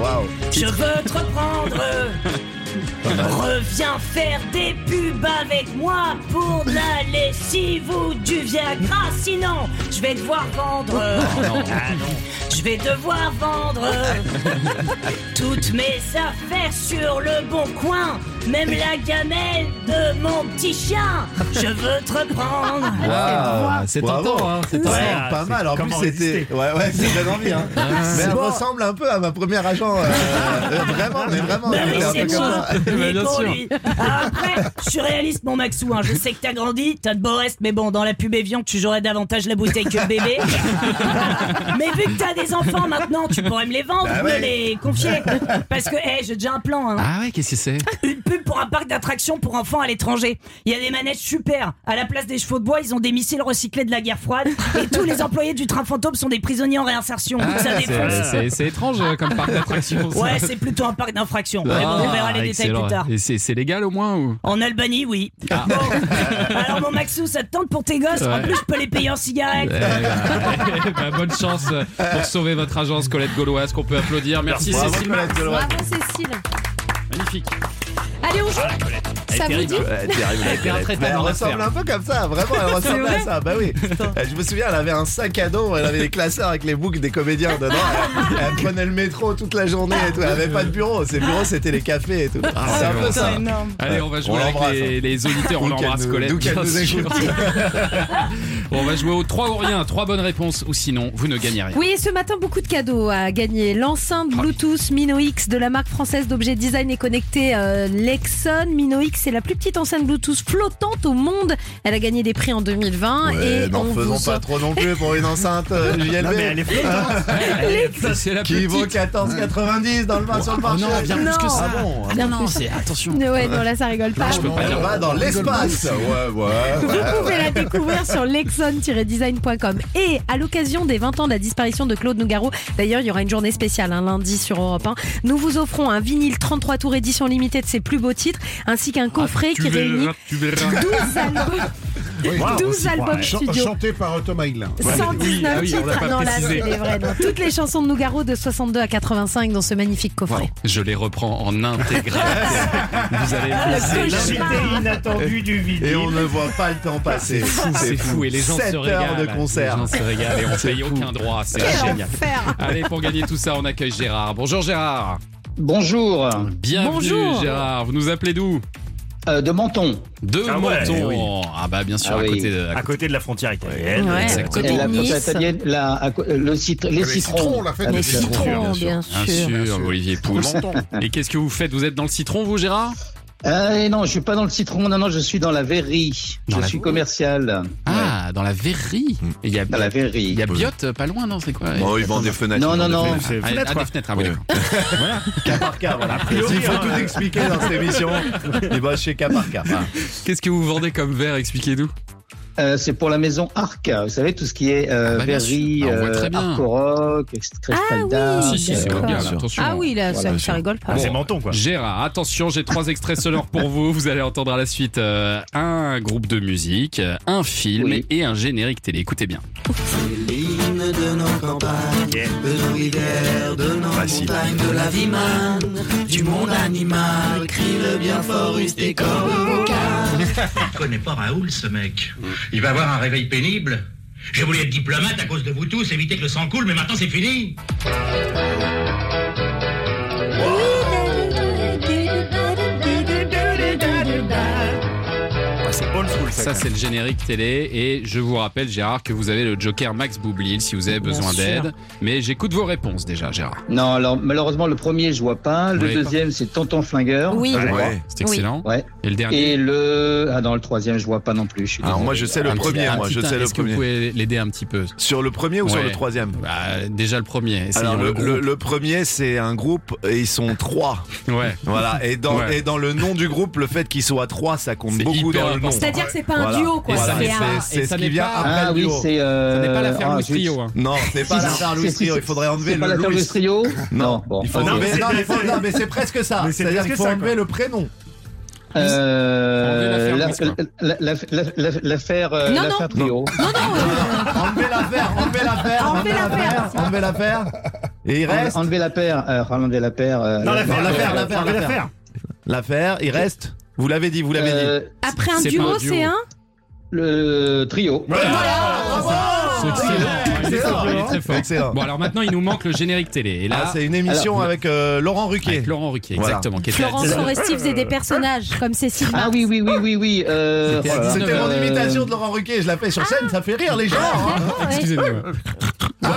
Waouh. je veux te reprendre. Reviens faire des pubs avec moi pour de la lessive ou du Viagra, sinon je vais devoir vendre. Oh, [LAUGHS] Je vais devoir [LAUGHS] vendre toutes mes affaires sur le bon coin, même la gamelle de mon petit chien. Je veux te reprendre. Waouh, C'est bravo. tentant, hein, c'est Ah, Ouais, tentant. pas mal. En plus, Comment c'était. Ouais, ouais, c'est donne envie. Hein. mais elle ressemble un peu à ma première agent. euh, euh, vraiment, mais vraiment. Bah oui, c'était un c'est peu comme moi. ça. [LAUGHS] Il Bah, est bien bon, sûr. lui. Ah, Après, je suis réaliste, mon Maxou. hein. Je sais que t'as grandi, t'as de beaux restes, mais bon, dans la pub Evian, tu jouerais davantage la bouteille que le [LAUGHS] bébé. mais vu que t'as des enfants maintenant, tu pourrais me les vendre Bah ou me ouais. les confier. Parce que, hé, j'ai déjà un plan. hein. Ah ouais, qu'est-ce que c'est Une pub pour un parc d'attractions pour enfants à l'étranger. Il y a des manèges super. À la place des chevaux de bois, ils ont des missiles recyclés de la guerre froide. Et tous les employés du train fantôme sont des prisonniers en réinsertion. Ah, Ça c'est- défonce. c'est- C'est étrange euh, comme parc d'attraction. ça. Ouais, c'est plutôt un parc d'infraction. Mais bon, Ah, on verra les détails excellent. plus tard. Et c'est c'est légal au moins ou En Albanie, oui. Ah. Bon, alors mon Maxou, ça te tente pour tes gosses En Ouais. plus, je peux les payer en cigarettes. [LAUGHS] Eh ben, Bonne chance euh, pour sauver votre agence Colette Gauloise qu'on peut applaudir. Merci Bravo, Cécile. Colette Marx. Gauloise. Bravo Cécile. Magnifique. Allez, on joue Elle est Ça vous terrible, dit hein. Elle est terrible, Elle était Colette. intraitable Mais elle en ressemble affaires. un peu comme ça, vraiment, elle ressemble vrai à ça. Bah oui. Euh, Je me souviens, elle avait un sac à dos, elle avait des classeurs avec les boucles des comédiens dedans. Elle- Elle prenait le métro toute la journée et tout. Elle avait pas de bureau. Ses bureaux, c'était les cafés et tout. C'est un Ah, c'est bon. peu ça. Allez, on va jouer On avec l'embrasse, les, les auditeurs. On D'où qu'elle l'embrasse nous- [LAUGHS] Colette. d'où qu'elle bien nous sûr. écoute. On va jouer aux 3 ou rien. 3 bonnes réponses ou sinon, vous ne gagnez rien. Oui, et ce matin, beaucoup de cadeaux à gagner. L'enceinte Bluetooth Mino X de la marque française d'objets design et connectés euh, Lexon. Mino X, c'est la plus petite enceinte Bluetooth flottante au monde. Elle a gagné des prix en 2020. Ouais, et n'en on faisons vous pas trop non plus pour une enceinte [LAUGHS] euh, JLB. Non, mais elle est hein. flottante. Ah. C'est la qui vaut petite. 14,90 dans le marché sur le marché. non, bien Non. plus que ça. Ah bon Bien Non, plus. c'est attention. Ouais, non, là, ça rigole pas. je peux pas Elle dire. va dans l'espace. Ouais, ouais. Vous pouvez la découvrir sur lexon-design.com. Et à l'occasion des 20 ans de la disparition de Claude Nougaro, d'ailleurs, il y aura une journée spéciale, un lundi sur Europe 1. Nous vous offrons un vinyle 33 tours édition limitée de ses plus beaux titres, ainsi qu'un Ah, coffret qui réunit 12 [LAUGHS] albums. Wow, 12 aussi, albums ouais. Chan- studio. Chanté par Tom Highland. 119 ah oui, on l'a titres. pas Non, là, précisé. c'est des vrais, non. Toutes les chansons de Nougaro de 62 à 85 dans ce magnifique coffret. Je les reprends en intégrale. [LAUGHS] vous allez Ah, Le vous cauchemar. L'invité inattendu du vinyle. Et on ne voit pas le temps passer. C'est fou, c'est fou. Et les gens 7 se heures régalent. de concert. Les gens se régalent et on C'est paye fou. aucun droit. C'est Quel génial. enfer Allez, pour gagner tout ça, on accueille Gérard. Bonjour Gérard. Bonjour, Bienvenue Bonjour. Gérard. Vous nous appelez d'où euh, de Menton. De Ah ouais, Menton. oui. Ah bah bien sûr, Ah à oui. côté de... à À côté- côté de la frontière italienne. Ouais. Exactement. Côté Et la Nice. fête italienne, la- à co- le citron, les, Les citrons. citrons, la fête Ah, des bien citrons. sûr. Bien, Bien sûr. sûr, Olivier Pouls. Et qu'est-ce que vous faites Vous êtes dans le citron, vous, Gérard Euh, non, je suis pas dans le citron, non, non, je suis dans la verrerie. Dans je la- suis commercial. Ah, dans la verrerie. Et Il y a, Dans la verrerie. il y a Biote, euh, pas loin, non C'est quoi Bon, Oh, ils vendent des fenêtres. Non, ils non, vendent des non. fenêtres. C'est Ah, fenêtre, ah, quoi. des fenêtres, ah oui, Ouais. d'accord. Cas par cas, voilà. priori, Il faut hein. tout expliquer dans cette émission. Ils bossent chez cas par cas. Qu'est-ce que vous vendez comme verre Expliquez-nous. Euh, c'est pour la maison Arc. Vous savez, tout ce qui est euh, Ah bah, bien verrerie, sûr. Ah, on voit très euh, bien. Arco Rock, Ah Crystal oui. Dam. si, si, c'est d'accord. votre gars, là, Bien sûr. attention. Ah oui, là, ça, ça rigole pas. Ah, C'est Bon. menton, quoi. Gérard, attention, j'ai trois extraits sonores pour vous. Vous allez entendre à la suite euh, un groupe de musique, euh, un film Oui. et un générique télé. Écoutez bien. L'hymne de nos campagnes, Yeah. de nos rivières, de nos Facile. montagnes, de la vie humane, du monde animal, crie le bien fort, rusté comme un boucan. [LAUGHS] Je connais pas Raoul, ce mec. Il va avoir un réveil pénible. J'ai voulu être diplomate à cause de vous tous, éviter que le sang coule, mais maintenant c'est fini. C'est old school, Ça, c'est le générique télé. Et je vous rappelle, Gérard, que vous avez le Joker Max Boublil si vous avez besoin sûr. d'aide. Mais j'écoute vos réponses déjà, Gérard. Non, alors malheureusement, le premier, je vois pas. Le Oui. deuxième, c'est Tonton Flingueur. Oui. Je vois. Ouais. C'est excellent. Ouais. Et le dernier. Et le. Ah non, le troisième, je vois pas non plus. Je suis Alors désolé. Ah, moi je sais le Un petit- premier, un moi petit je teint. sais le Est-ce que vous premier. pouvez l'aider un petit peu Sur le premier ou sur Ouais. le troisième Bah, Déjà le premier. essayons Alors le, groupe. le- le premier c'est un groupe et ils sont trois. Ouais. Voilà. Et dans, Ouais. et dans le nom du groupe, le fait qu'ils soient trois, ça compte C'est beaucoup hyper dans le nom. important. C'est-à-dire que c'est pas un Voilà. duo, quoi. Et ça, Voilà. c'est c'est- un- C'est Et ce ça qui n'est vient pas- après Ah le oui, duo. c'est. Euh... Ce n'est pas la ah, ferme zut. trio. hein. Non, c'est pas Si, la si, Star si, Louis si, Trio, si. il faudrait enlever [LAUGHS] C'est pas le la ferme Louis. trio Non, bon. il faut ok. Non, enlever- mais non, c'est- mais faut- non, mais c'est presque ça. Mais c'est C'est-à-dire presque qu'il faut ça, enlever le [LAUGHS] prénom. Euh, Enlever la la- ferme, la- la- la- la- L'affaire euh, Non, l'affaire trio. Non, non, euh, Enlevez l'affaire, enlevez l'affaire, Enlevez enlevez l'affaire. l'affaire, enlevez l'affaire. Et il reste Enlever la paire. euh, enlever la paire. euh, Non, Non, l'affaire, l'affaire, l'affaire, l'affaire, l'affaire, l'affaire. l'affaire. l'affaire, il reste. Vous l'avez dit, vous l'avez dit. euh, après un C'est pas duo, un duo. c'est un. Le trio. C'est excellent. Il est fort, il est très fort. Ah, Excellent. Bon, alors maintenant, il nous manque le générique télé. Et Ah, là, c'est une émission Alors, avec euh, Laurent Ruquier. avec Laurent Ruquier, Voilà. exactement. qui était à Florence Foresti faisait des personnages comme Cécile. Ah oui, oui, oui, oui, oui. euh, C'était à oh là là. C'était mon Euh, imitation de Laurent Ruquier, je la fais sur Ah. scène, ça fait rire les gens. hein. Excusez-moi. ah,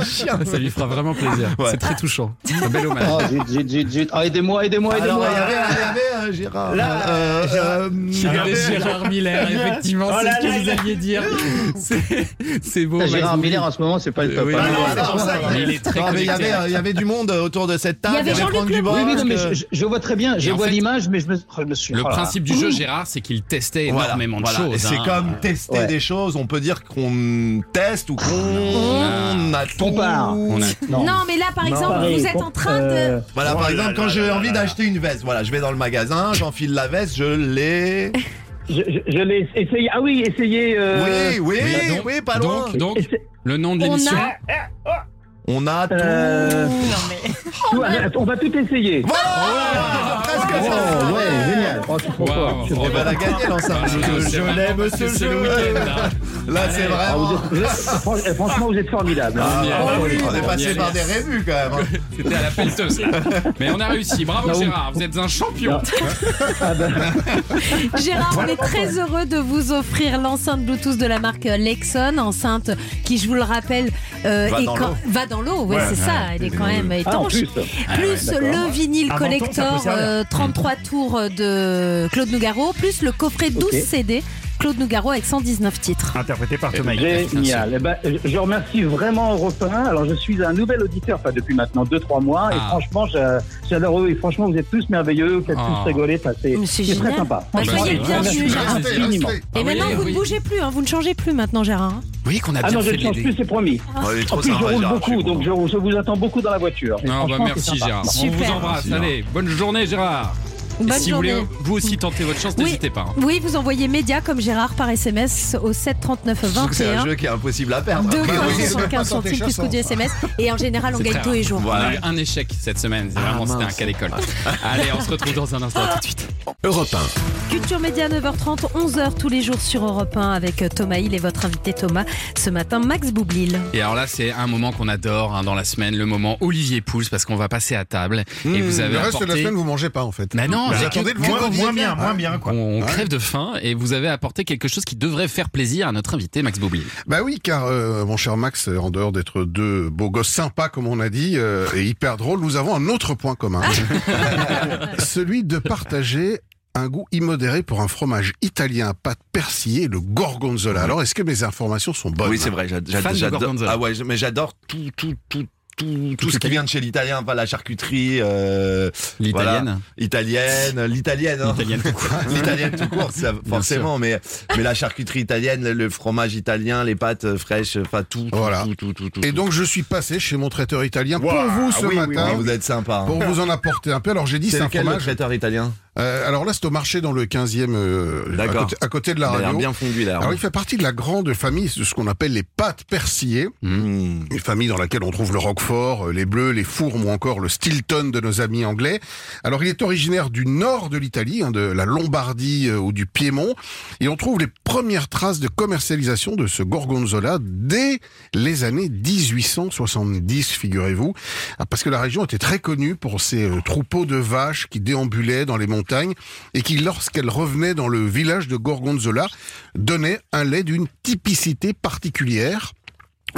un chien. Ça lui fera vraiment plaisir. Ouais. C'est très touchant. Un bel hommage. Oh, zut, zut, zut, zut. Ah, aidez-moi, aidez-moi, Alors, aidez-moi. il y avait, il y avait euh, Gérard. Là, Euh, euh, Il y Gérard- avait Ah, Gérard Miller, effectivement, Oh c'est là ce que là vous là. alliez dire. C'est- C'est beau. Putain, Gérard Max Miller Boublil. en ce moment, c'est pas le Euh, top. oui, hein. non, non, c'est pour ça, mais il est très non, mais il y connecté. avait, euh, il y avait du monde autour de cette table. Il y avait Jean-Luc Franck Leblanc. Oui, Dubosc, oui, non, mais euh, je, je- je vois très bien, je Et en vois fait, l'image, mais je me, oh, je me suis. Le oh là là. principe du jeu, Gérard, c'est qu'il testait Voilà, énormément de voilà. Et choses. c'est hein. comme tester Ouais. des choses, on peut dire qu'on teste ou qu'on a tout. Compare. On a- Non. Non, mais là, par exemple, Pareil, vous êtes en train de. euh, Voilà, Oh par là exemple, là quand là j'ai là envie là d'acheter une veste, voilà, je vais dans le magasin, j'enfile la veste, je l'ai. Je, je, je l'ai essayé. Ah oui, essayez. euh, oui, oui, oui, oui, donc- pas loin. Donc, donc, essa- le nom de On l'émission. a. On a tout. Tout- On va tout essayer. Oh, ouais, génial. On va la gagner l'ensemble. Je- je l'aime, ce C'est jeu. le week-end, là. Là, c'est vraiment. Ah, vous êtes- fran- eh, Franchement, vous êtes formidables. Ah, hein. bah oui, on est passé par des revues quand même. [LAUGHS] hein. C'était à la pelleteuse. Mais on a réussi. Bravo Non. Gérard, vous êtes un champion. Gérard, on est très heureux de vous offrir l'enceinte Bluetooth de la marque Lexon, enceinte qui, je vous le rappelle, euh, Va est dans quand- l'eau. va dans l'eau. Ouais, Ouais, c'est ouais. ça. Elle est quand même Ah, en étanche. plus. Ah, ouais, d'accord. le vinyle Un menton, ça peut collector servir. euh, 33 tours de Claude Nougaro, plus le coffret 12 Ok. CD Claude Nougaro avec 119 titres. Interprété par Thomas Hill. Génial. Eh ben, je- je remercie vraiment Europe 1. Alors, je suis un nouvel auditeur, enfin, depuis maintenant 2-3 mois. Et franchement, je- j'adore eux. Et franchement, vous êtes tous merveilleux. Vous faites Ah. tous rigoler. Enfin, c'est Mais c'est génial. très sympa. Bah, Franchement, soyez le je- bienvenu, je- Gérard. infiniment. Ah Et maintenant, vous ne bougez plus, hein, vous ne changez plus maintenant, Gérard. hein. Oui, qu'on a Ah bien non, je fait ne change l'aider. plus, c'est promis. il est en Oh, Ah, trop plus, je sympa, roule Gérard, je beaucoup, donc je, je vous attends beaucoup dans la voiture. Non, bah Franchement, merci c'est sympa. Gérard. On vous embrasse. Allez, bonne journée Gérard. Bonne Et si vous journée. voulez hein. vous aussi tenter votre chance, n'hésitez pas. hein. Oui, vous envoyez média comme Gérard par SMS au 7 39 Surtout que C'est un 21. jeu qui est impossible à perdre. 2 Bah fois oui. 75 centimes plus coût du SMS. Et en général, on C'est gagne très tous rare. les jours. On a eu un échec cette semaine. C'est Vraiment, c'était un cas [LAUGHS] d'école. Allez, on se retrouve dans un instant. À tout de suite. hein. Europe Culture Média 9h30, 11h tous les jours sur Europe 1 avec Thomas Hill et votre invité Thomas. Ce matin, Max Boublil. Et alors là, c'est un moment qu'on adore hein, dans la semaine, le moment Olivier Pouls, parce qu'on va passer à table. et Mmh, vous avez le reste apporté... de la semaine, vous mangez pas en fait. Bah non, vous j'ai attendez que- le vendredi. On Ouais. crève de faim et vous avez apporté quelque chose qui devrait faire plaisir à notre invité Max Boublil. Bah oui, car euh, mon cher Max, euh, en dehors d'être deux beaux gosses sympas comme on a dit euh, et hyper drôles, nous avons un autre point commun, celui de partager un goût immodéré pour un fromage italien à pâte persillée, le gorgonzola. Alors, est-ce que mes informations sont bonnes Oui, c'est vrai, j'ad- j'ad- j'adore. Ah ouais, je- mais j'adore tout, tout, tout. Tout, tout ce qui vient de chez l'italien, pas la charcuterie, euh, L'italienne. voilà. italienne, l'italienne, hein. L'italienne tout court. [LAUGHS] l'italienne tout court, ça, Bien forcément, mais mais la charcuterie italienne, le- le fromage italien, les pâtes euh, fraîches, enfin tout, tout, tout, tout, tout, tout. Et donc, je suis passé chez mon traiteur italien pour Ouah, vous ce Ah oui, oui, matin. oui, vous êtes sympa. hein. Pour vous en apporter un peu, alors j'ai dit c'est un lequel, le fromage. traiteur italien. Euh, alors là, c'est au marché dans le 15e, euh, à, D'accord. côté, à côté de Il la a l'air radio. Ah bien fondu, là, Alors hein. il fait partie de la grande famille de ce qu'on appelle les pâtes persillées, Hmm. une famille dans laquelle on trouve le roquefort, euh, les bleus, les fourmes ou encore le Stilton de nos amis anglais. Alors il est originaire du nord de l'Italie, hein, de la Lombardie euh, ou du Piémont, et on trouve les premières traces de commercialisation de ce gorgonzola dès les années 1870, figurez-vous, Ah, parce que la région était très connue pour ses euh, troupeaux de vaches qui déambulaient dans les montagnes et qui, lorsqu'elles revenaient dans le village de Gorgonzola, donnaient un lait d'une typicité particulière.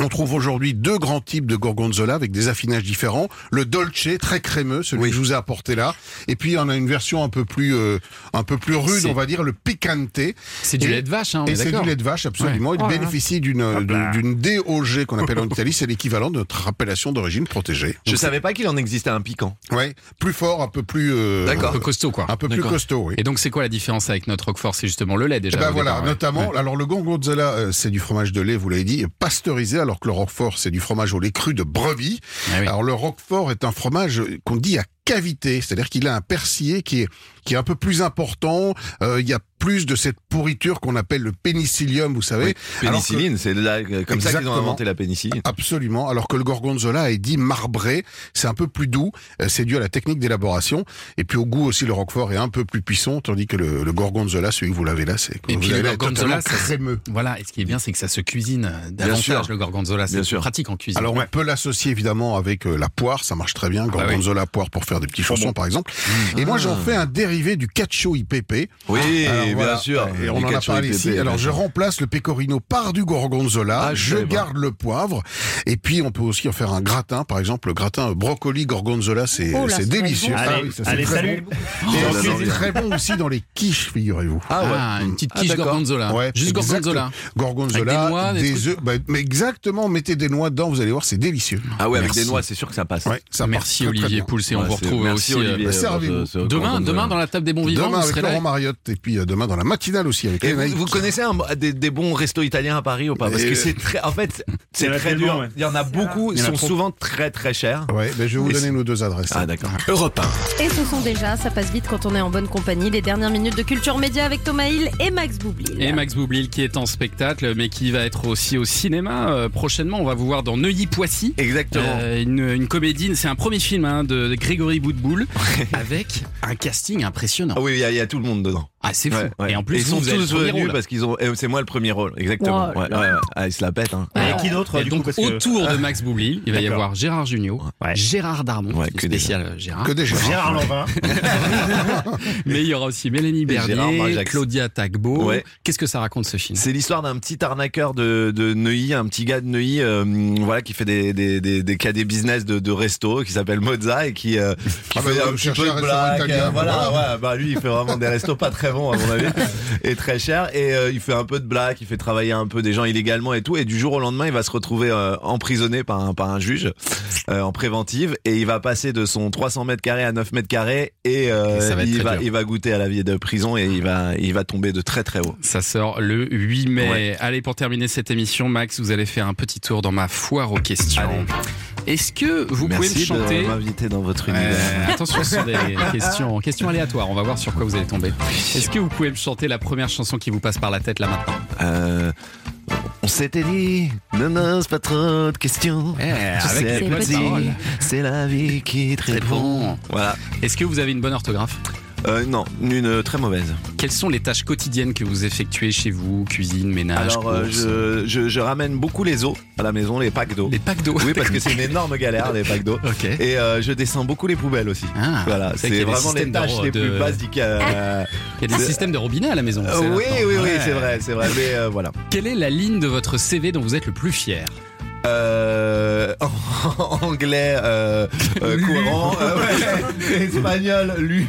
On trouve aujourd'hui deux grands types de gorgonzola avec des affinages différents. Le dolce, très crémeux, celui que je vous ai apporté là. Et puis, on a une version un peu plus, euh, un peu plus rude, C'est- on va dire, le picante. C'est du Et- lait de vache, hein, on Et est c'est d'accord. du lait de vache, absolument. Ouais. Il Oh là bah. là. bénéficie d'une, Hop là. d'une DOG qu'on appelle en Italie. C'est l'équivalent de notre appellation d'origine protégée. Je savais pas qu'il en existait un piquant. Ouais, plus fort, un peu plus. euh, D'accord. Un peu costaud, quoi. Un peu plus D'accord. costaud, oui. Et donc, c'est quoi la différence avec notre Roquefort C'est justement le lait déjà. Eh ben au voilà, départ, ouais. notamment. Ouais. Alors le gorgonzola, euh, c'est du fromage de lait, vous l'avez dit, pasteurisé, alors que le roquefort, c'est du fromage au lait cru de brebis. Eh Alors le roquefort est un fromage qu'on dit à cavité, c'est-à-dire qu'il a un persillé qui est qui est un peu plus important. Euh, Il y a plus de cette pourriture qu'on appelle le pénicillium, vous savez. Alors que- Pénicilline, c'est là, euh, comme ça qu'ils ont Exactement. inventé la pénicilline. Absolument. Alors que le gorgonzola est dit marbré, c'est un peu plus doux. euh, C'est dû à la technique d'élaboration. Et puis au goût aussi, le roquefort est un peu plus puissant, tandis que le, le gorgonzola, celui que vous l'avez là, c'est Et vous puis le l'avez là, gorgonzola, totalement ça se- crémeux. Voilà, et ce qui est bien, c'est que ça se cuisine davantage sûr. le gorgonzola. Bien C'est sûr. pratique en cuisine. Alors on peut l'associer évidemment avec euh, la poire, ça marche Ah très bien, gorgonzola poire pour faire des petits chaussons par exemple. Et moi j'en fais un dérivé du cacio IPP. Oui, Alors, bien sûr. Et on Du en a cacio parlé IPP, ici. bien Alors je sûr. remplace le pecorino par du gorgonzola, Ah, je garde le poivre et puis on peut aussi en faire un gratin par exemple, le gratin euh, brocoli gorgonzola, c'est Oh là, c'est ça va délicieux. bon. Ah Allez, oui, ça, c'est allez, très salut. bon. Oh, Et ça aussi, donne c'est envie. très bon aussi dans les quiches, figurez-vous. Ah ouais. Ah, une petite quiche d'accord. gorgonzola. Ouais, Juste exact. gorgonzola. Gorgonzola, Avec des noix, des des trucs œufs, bah, mais exactement, mettez des noix dedans, vous allez voir, c'est délicieux. Ah ouais, avec Merci. des noix, c'est sûr que ça passe. Ouais, ça Merci marche très, Olivier très bien. Pouls et on Ouais, vous c'est retrouve Merci, aussi euh, Olivier, Euh, Servez-vous. pour euh, ce- ce demain, grand demain dans la table des bons vivants. Demain vous avec serez là. Eh ben, Laurent Mariotte et puis euh, demain dans la matinale aussi avec Et Lénaïque. Eh, vous, [LAUGHS] vous connaissez un- des, des bons restos italiens à Paris ou pas Parce Et- que c'est très. En fait, c'est Il y en a très tellement, dur. ouais. Il y en a beaucoup, Il ils y en a sont trop. souvent très très chers. Ouais, ben, je vais vous Et donner c'est- nos deux adresses. Ah d'accord. Europe 1. Et ce sont déjà, ça passe vite quand on est en bonne compagnie, les dernières minutes de Culture Média avec Thomas Hill et Max Boublil. Et Max Boublil qui est en spectacle, mais qui va être aussi au cinéma euh, prochainement. On va vous voir dans Neuilly-Poissy. Euh, Exactement. une, une comédie, c'est un premier film hein, de, de Grégory Boutboul avec un casting impressionnant. Ah oui, il y, a- il y a tout le monde dedans. Ah, c'est fou. Ouais, ouais. Et en plus, ils vous, sont vous avez le tous premier venus rôle. parce qu'ils ont. eh, C'est moi le premier rôle, exactement. Oh ouais, là ouais, ouais. Ah, ils se la pètent. Hein. Et qui d'autre Et du donc, coup, parce que- autour de Max [LAUGHS] Boublil, il va y D'accord. avoir Gérard Junior, Gérard Darmon, Ouais, qui est que des- spécial euh, Gérard. Que des Gérard. Gérard Lanvin. Mais il y aura aussi Mélanie Gérard Bernier, Marjax. Claudia Tagbo. Ouais. Qu'est-ce que ça raconte ce film C'est l'histoire d'un petit arnaqueur de, de Neuilly, un petit gars de Neuilly, euh, voilà, qui fait des, des, des, des cas des business de, de resto, qui s'appelle Mozza et qui, [LAUGHS] euh, qui Ah bah, fait vous un petit cherchez peu un de restaurant blague. italien, euh, voilà, Ah. voilà. ouais, bah lui, il fait vraiment des restos pas très bons à mon avis et très chers. Et euh, il fait un peu de blague, il fait travailler un peu des gens illégalement et tout. Et du jour au lendemain, il va se retrouver euh, emprisonné par un, par un juge euh, en préventive et il va passer de son 300 mètres carrés à 9 mètres carrés et, euh, Et ça va être il très va dur. il va goûter à la vie de prison et il va il va tomber de très très haut. Ça sort le 8 mai. Ouais. Allez, pour terminer cette émission, Max, vous allez faire un petit tour dans ma foire aux questions. Est-ce que vous Merci pouvez me chanter de m'inviter dans votre univers. Euh, attention, ce [LAUGHS] sont des questions, questions aléatoires. On va voir sur quoi vous allez tomber. Est-ce que vous pouvez me chanter la première chanson qui vous passe par la tête là maintenant Euh, on s'était dit, ne n'ose pas trop de questions. Eh, avec sais les pas bonnes si paroles. C'est la vie qui te répond. Voilà. Est-ce que vous avez une bonne orthographe Euh, non, une euh, très mauvaise. Quelles sont les tâches quotidiennes que vous effectuez chez vous Cuisine, ménage, Alors, euh, course je, je- je ramène beaucoup les eaux à la maison, les packs d'eau. Les packs d'eau [LAUGHS] Oui, parce que c'est une énorme galère, les packs d'eau. [LAUGHS] Ok. Et euh, je descends beaucoup les poubelles aussi. Ah, voilà, c'est c'est vrai qu'il y a des vraiment les systèmes de tâches re- les de- plus basiques. euh, Il y a des c'est- systèmes de robinet à la maison. Euh, [LAUGHS] c'est oui, maintenant. oui, oui, Ouais. c'est vrai, c'est vrai. Mais euh, voilà. Quelle est la ligne de votre CV dont vous êtes le plus fier Euh, [LAUGHS] anglais euh, euh, courant, euh, ouais, [LAUGHS] espagnol lu,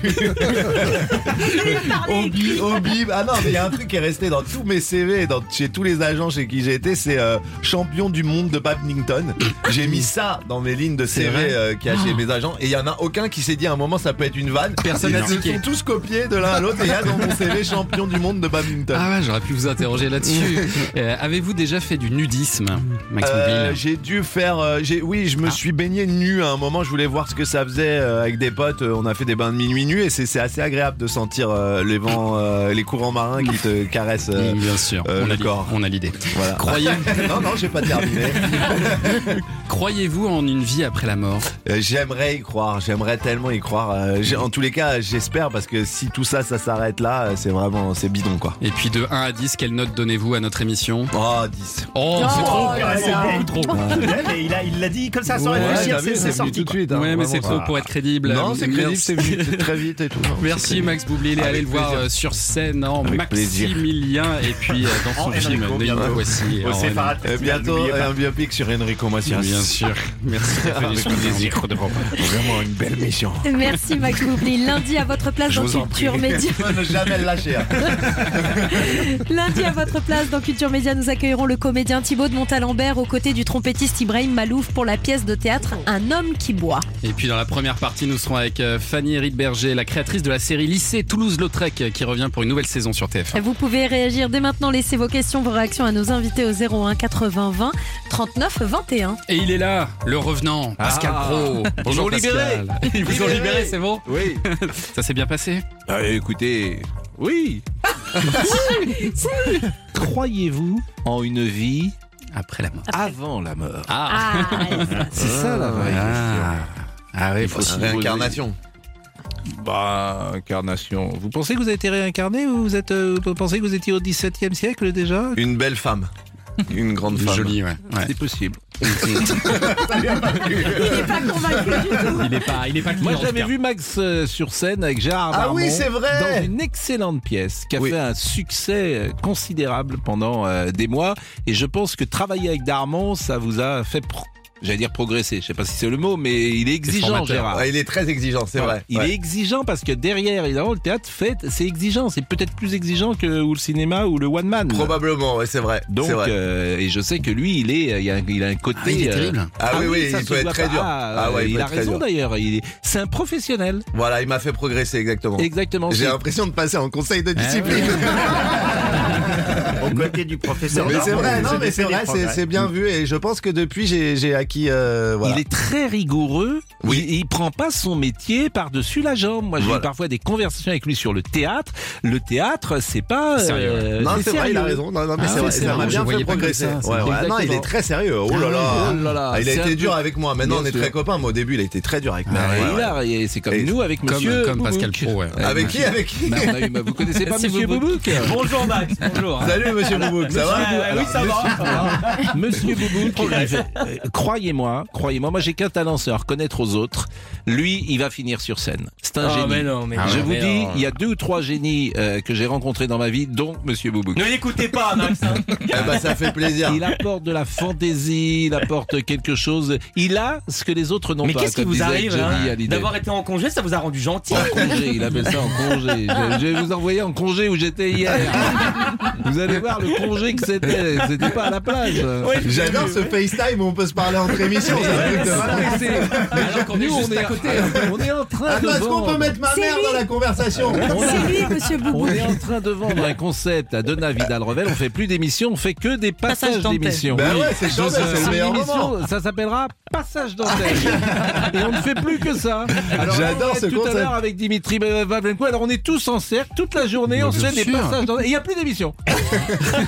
hobby, hobby. Ah non, mais il y a un truc qui est resté dans tous mes CV, dans, chez tous les agents chez qui j'étais, c'est euh, champion du monde de badminton. J'ai mis ça dans mes lignes de CV vrai euh, qu'il y a chez mes agents, et il y en a aucun qui s'est dit à un moment ça peut être une vanne. Personne n'a Ils se tiqué. sont tous copiés de l'un à l'autre, et il y a dans mon CV champion du monde de badminton. Ah ouais, j'aurais pu vous interroger là-dessus. [LAUGHS] Euh, Avez-vous déjà fait du nudisme, Max Euh, Mobile j'ai dû faire. euh, j'ai- oui, je me Ah. suis baigné nu à un moment. Je voulais voir ce que ça faisait euh, avec des potes. euh, on a fait des bains de minuit nus et c'est c'est assez agréable de sentir euh, les vents, euh, les courants marins qui te caressent. euh, Bien sûr, euh, on, a le l'idée. corps. on a l'idée. [LAUGHS] voilà. Croyez- [LAUGHS] non, non, j'ai pas terminé. Croyez-vous en une vie après la mort Euh, J'aimerais y croire, j'aimerais tellement y croire. Euh, j'ai- en tous les cas, j'espère parce que si tout ça, ça s'arrête là, euh, c'est vraiment, c'est bidon quoi. Et puis de 1 à 10, quelle note donnez-vous à notre émission Oh, 10. Oh, c'est trop c'est beaucoup trop. Ouais, mais il a- il l'a dit comme ça sans Ouais, réfléchir, t'as vu, c'est c'est venu sorti. tout de quoi. suite. hein, Ouais, mais vraiment. c'est trop pour être crédible. Non, c'est crédible, Merci. c'est venu c'est très vite et tout. Non, c'est Merci crédible. Max Boublil et allez Avec le voir plaisir. euh, sur scène en Avec Maximilien et puis euh, dans son En film Enrico, Neuilly bientôt. Poissy. Au en Séfarad Et Festival, Euh, bientôt n'oubliez pas. un biopic sur Enrico Rennes. Macias. Bien sûr. [LAUGHS] Merci. Avec plaisir. [LAUGHS] Vraiment une belle mission. Merci Max Boublil. Lundi à votre place Je dans vous en prie. Culture [LAUGHS] Média. Ne jamais le lâcher. [LAUGHS] Lundi à votre place dans Culture Média, nous accueillerons le comédien Thibaut de Montalembert aux côtés du trompettiste Ibrahim Malouf pour la pièce de théâtre Un homme qui boit. Et puis dans la première partie, nous serons avec euh, Fanny Riedberger, la créatrice de la série Lycée Toulouse-Lautrec, euh, qui revient pour une nouvelle saison sur TF1. Vous pouvez réagir dès maintenant, laissez vos questions, vos réactions à nos invités au 01 80 20 39 21. Et il est là, le revenant, Pascal Ah. Pro. Bonjour, libéré. Ils vous ont Libéré. libéré, c'est bon Oui. [LAUGHS] Ça s'est bien passé écoutez, [LAUGHS] oui. Croyez-vous en une vie Après la mort. avant la mort Ah, C'est ça la vraie Ah, Ah oui, faut question. Réincarnation. Bah, incarnation. Vous pensez que vous avez été réincarné ou vous, êtes, euh, vous pensez que vous étiez au XVIIe siècle déjà Une belle femme. Une grande femme. Joli, ouais. ouais. C'est possible. Il n'est pas convaincu du tout. Il est pas, il est pas Moi, clean, en j'avais tout vu Max euh, sur scène avec Gérard Ah bah, Darmon oui, c'est vrai dans une excellente pièce qui a Oui. fait un succès euh, considérable pendant euh, des mois. Et je pense que travailler avec Darmon, ça vous a fait pr- j'allais dire progresser, je sais pas si c'est le mot, mais il est [LAUGHS] exigeant, formateur. Gérard. Ouais, Ah, il est très exigeant, c'est vrai. Il Ouais. est exigeant parce que derrière, évidemment, le théâtre fait, c'est exigeant, c'est peut-être plus exigeant que ou le cinéma ou le one man. Probablement, ouais, c'est vrai. Donc, c'est vrai. euh, et je sais que lui, il est, euh, il a, il a un côté. Ah, il est euh, terrible. Ah oui, oui, ça il se peut être voit très pas. dur. Ah ouais, il il, peut a être très raison dur. d'ailleurs. Il est, c'est un professionnel. Voilà, il m'a fait progresser, exactement. Exactement. J'ai C'est- l'impression de passer en conseil de discipline. Au côté du professeur. Mais c'est Darmon, vrai, non, j'ai mais fait c'est des vrai, c'est- progrès. c'est bien vu et je pense que depuis j'ai j'ai acquis. euh, voilà. Il est très rigoureux. Oui. Il, il prend pas son métier par-dessus la jambe. Moi, j'ai eu parfois des conversations avec lui sur le théâtre. Le théâtre, c'est pas. euh, Sérieux. Non, c'est vrai, il sérieux. a raison. Non, non, mais Ah c'est ouais, vrai, c'est ça m'a vrai, je bien fait voyais pas progresser. comme ça, Ouais, c'est ouais. Non, il exactement. est très sérieux. Oh là là. Ah oui, oh là là. Ah, il a C'est été un dur peu- avec moi. Maintenant, Bien on est sûr. très copains. Moi, au début, il a été très dur avec moi. Ah, Ouais, il ouais. a- et c'est comme Et- nous avec Comme- Monsieur. comme Pascal Boubouk. Pro, ouais. Avec qui, avec qui Bah, on a eu- bah, Vous connaissez pas C'est Monsieur Boubouk. Boubouk Bonjour Max, bonjour. Salut, [LAUGHS] monsieur Boubouk, ça va Ah Oui, ça va. Monsieur Boubouk, il fait- euh, croyez-moi, croyez-moi, moi j'ai qu'un talent, c'est à reconnaître aux autres. Lui, il va finir sur scène. C'est un Oh, génie. mais non, mais je non, vous mais dis, non. il y a deux ou trois génies euh, que j'ai rencontrés dans ma vie, dont Monsieur Boubouk. Ne l'écoutez pas, Max. hein. Eh ben, ça fait plaisir. Il apporte de la fantaisie, il apporte quelque chose. Il a ce que les autres n'ont Mais pas. qu'est-ce qui comme vous disait arrive Johnny hein, Hallyday. D'avoir été en congé, ça vous a rendu gentil. En congé, il appelle ça en congé. Je, je vais vous envoyer en congé où j'étais hier. [LAUGHS] Vous allez voir le congé que c'était. C'était pas à la plage. J'adore ce FaceTime où on peut se parler entre émissions. c'est un truc de malade. Alors qu'on est Nous, juste on est à côté. On est en train Ah, de parce qu'on vendre. peut mettre ma C'est mère lui. dans la conversation. C'est lui, monsieur On Boubou. est en train de vendre un concept à Donna Vidal-Revel. On fait plus d'émissions, on fait que des passages dentelle. d'émissions. Ben ouais, c'est Je- chambé, c'est le c'est une meilleur émission, moment. Ça s'appellera Passage dentelle. Et on ne fait plus que ça. Alors, J'adore on est ce tout concept. à l'heure avec Dimitri Pavlenko. Alors, on est tous en cercle toute la journée. on se bien fait des sûr. passages dentelles. Et il n'y a plus d'émission.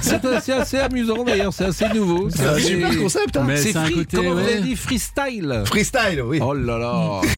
c'est assez, assez amusant d'ailleurs. C'est assez nouveau. C'est un assez- super concept. hein. Mais C'est c'est un free, côté, comment vous ouais. avez dit freestyle. Freestyle, oui. Oh là là.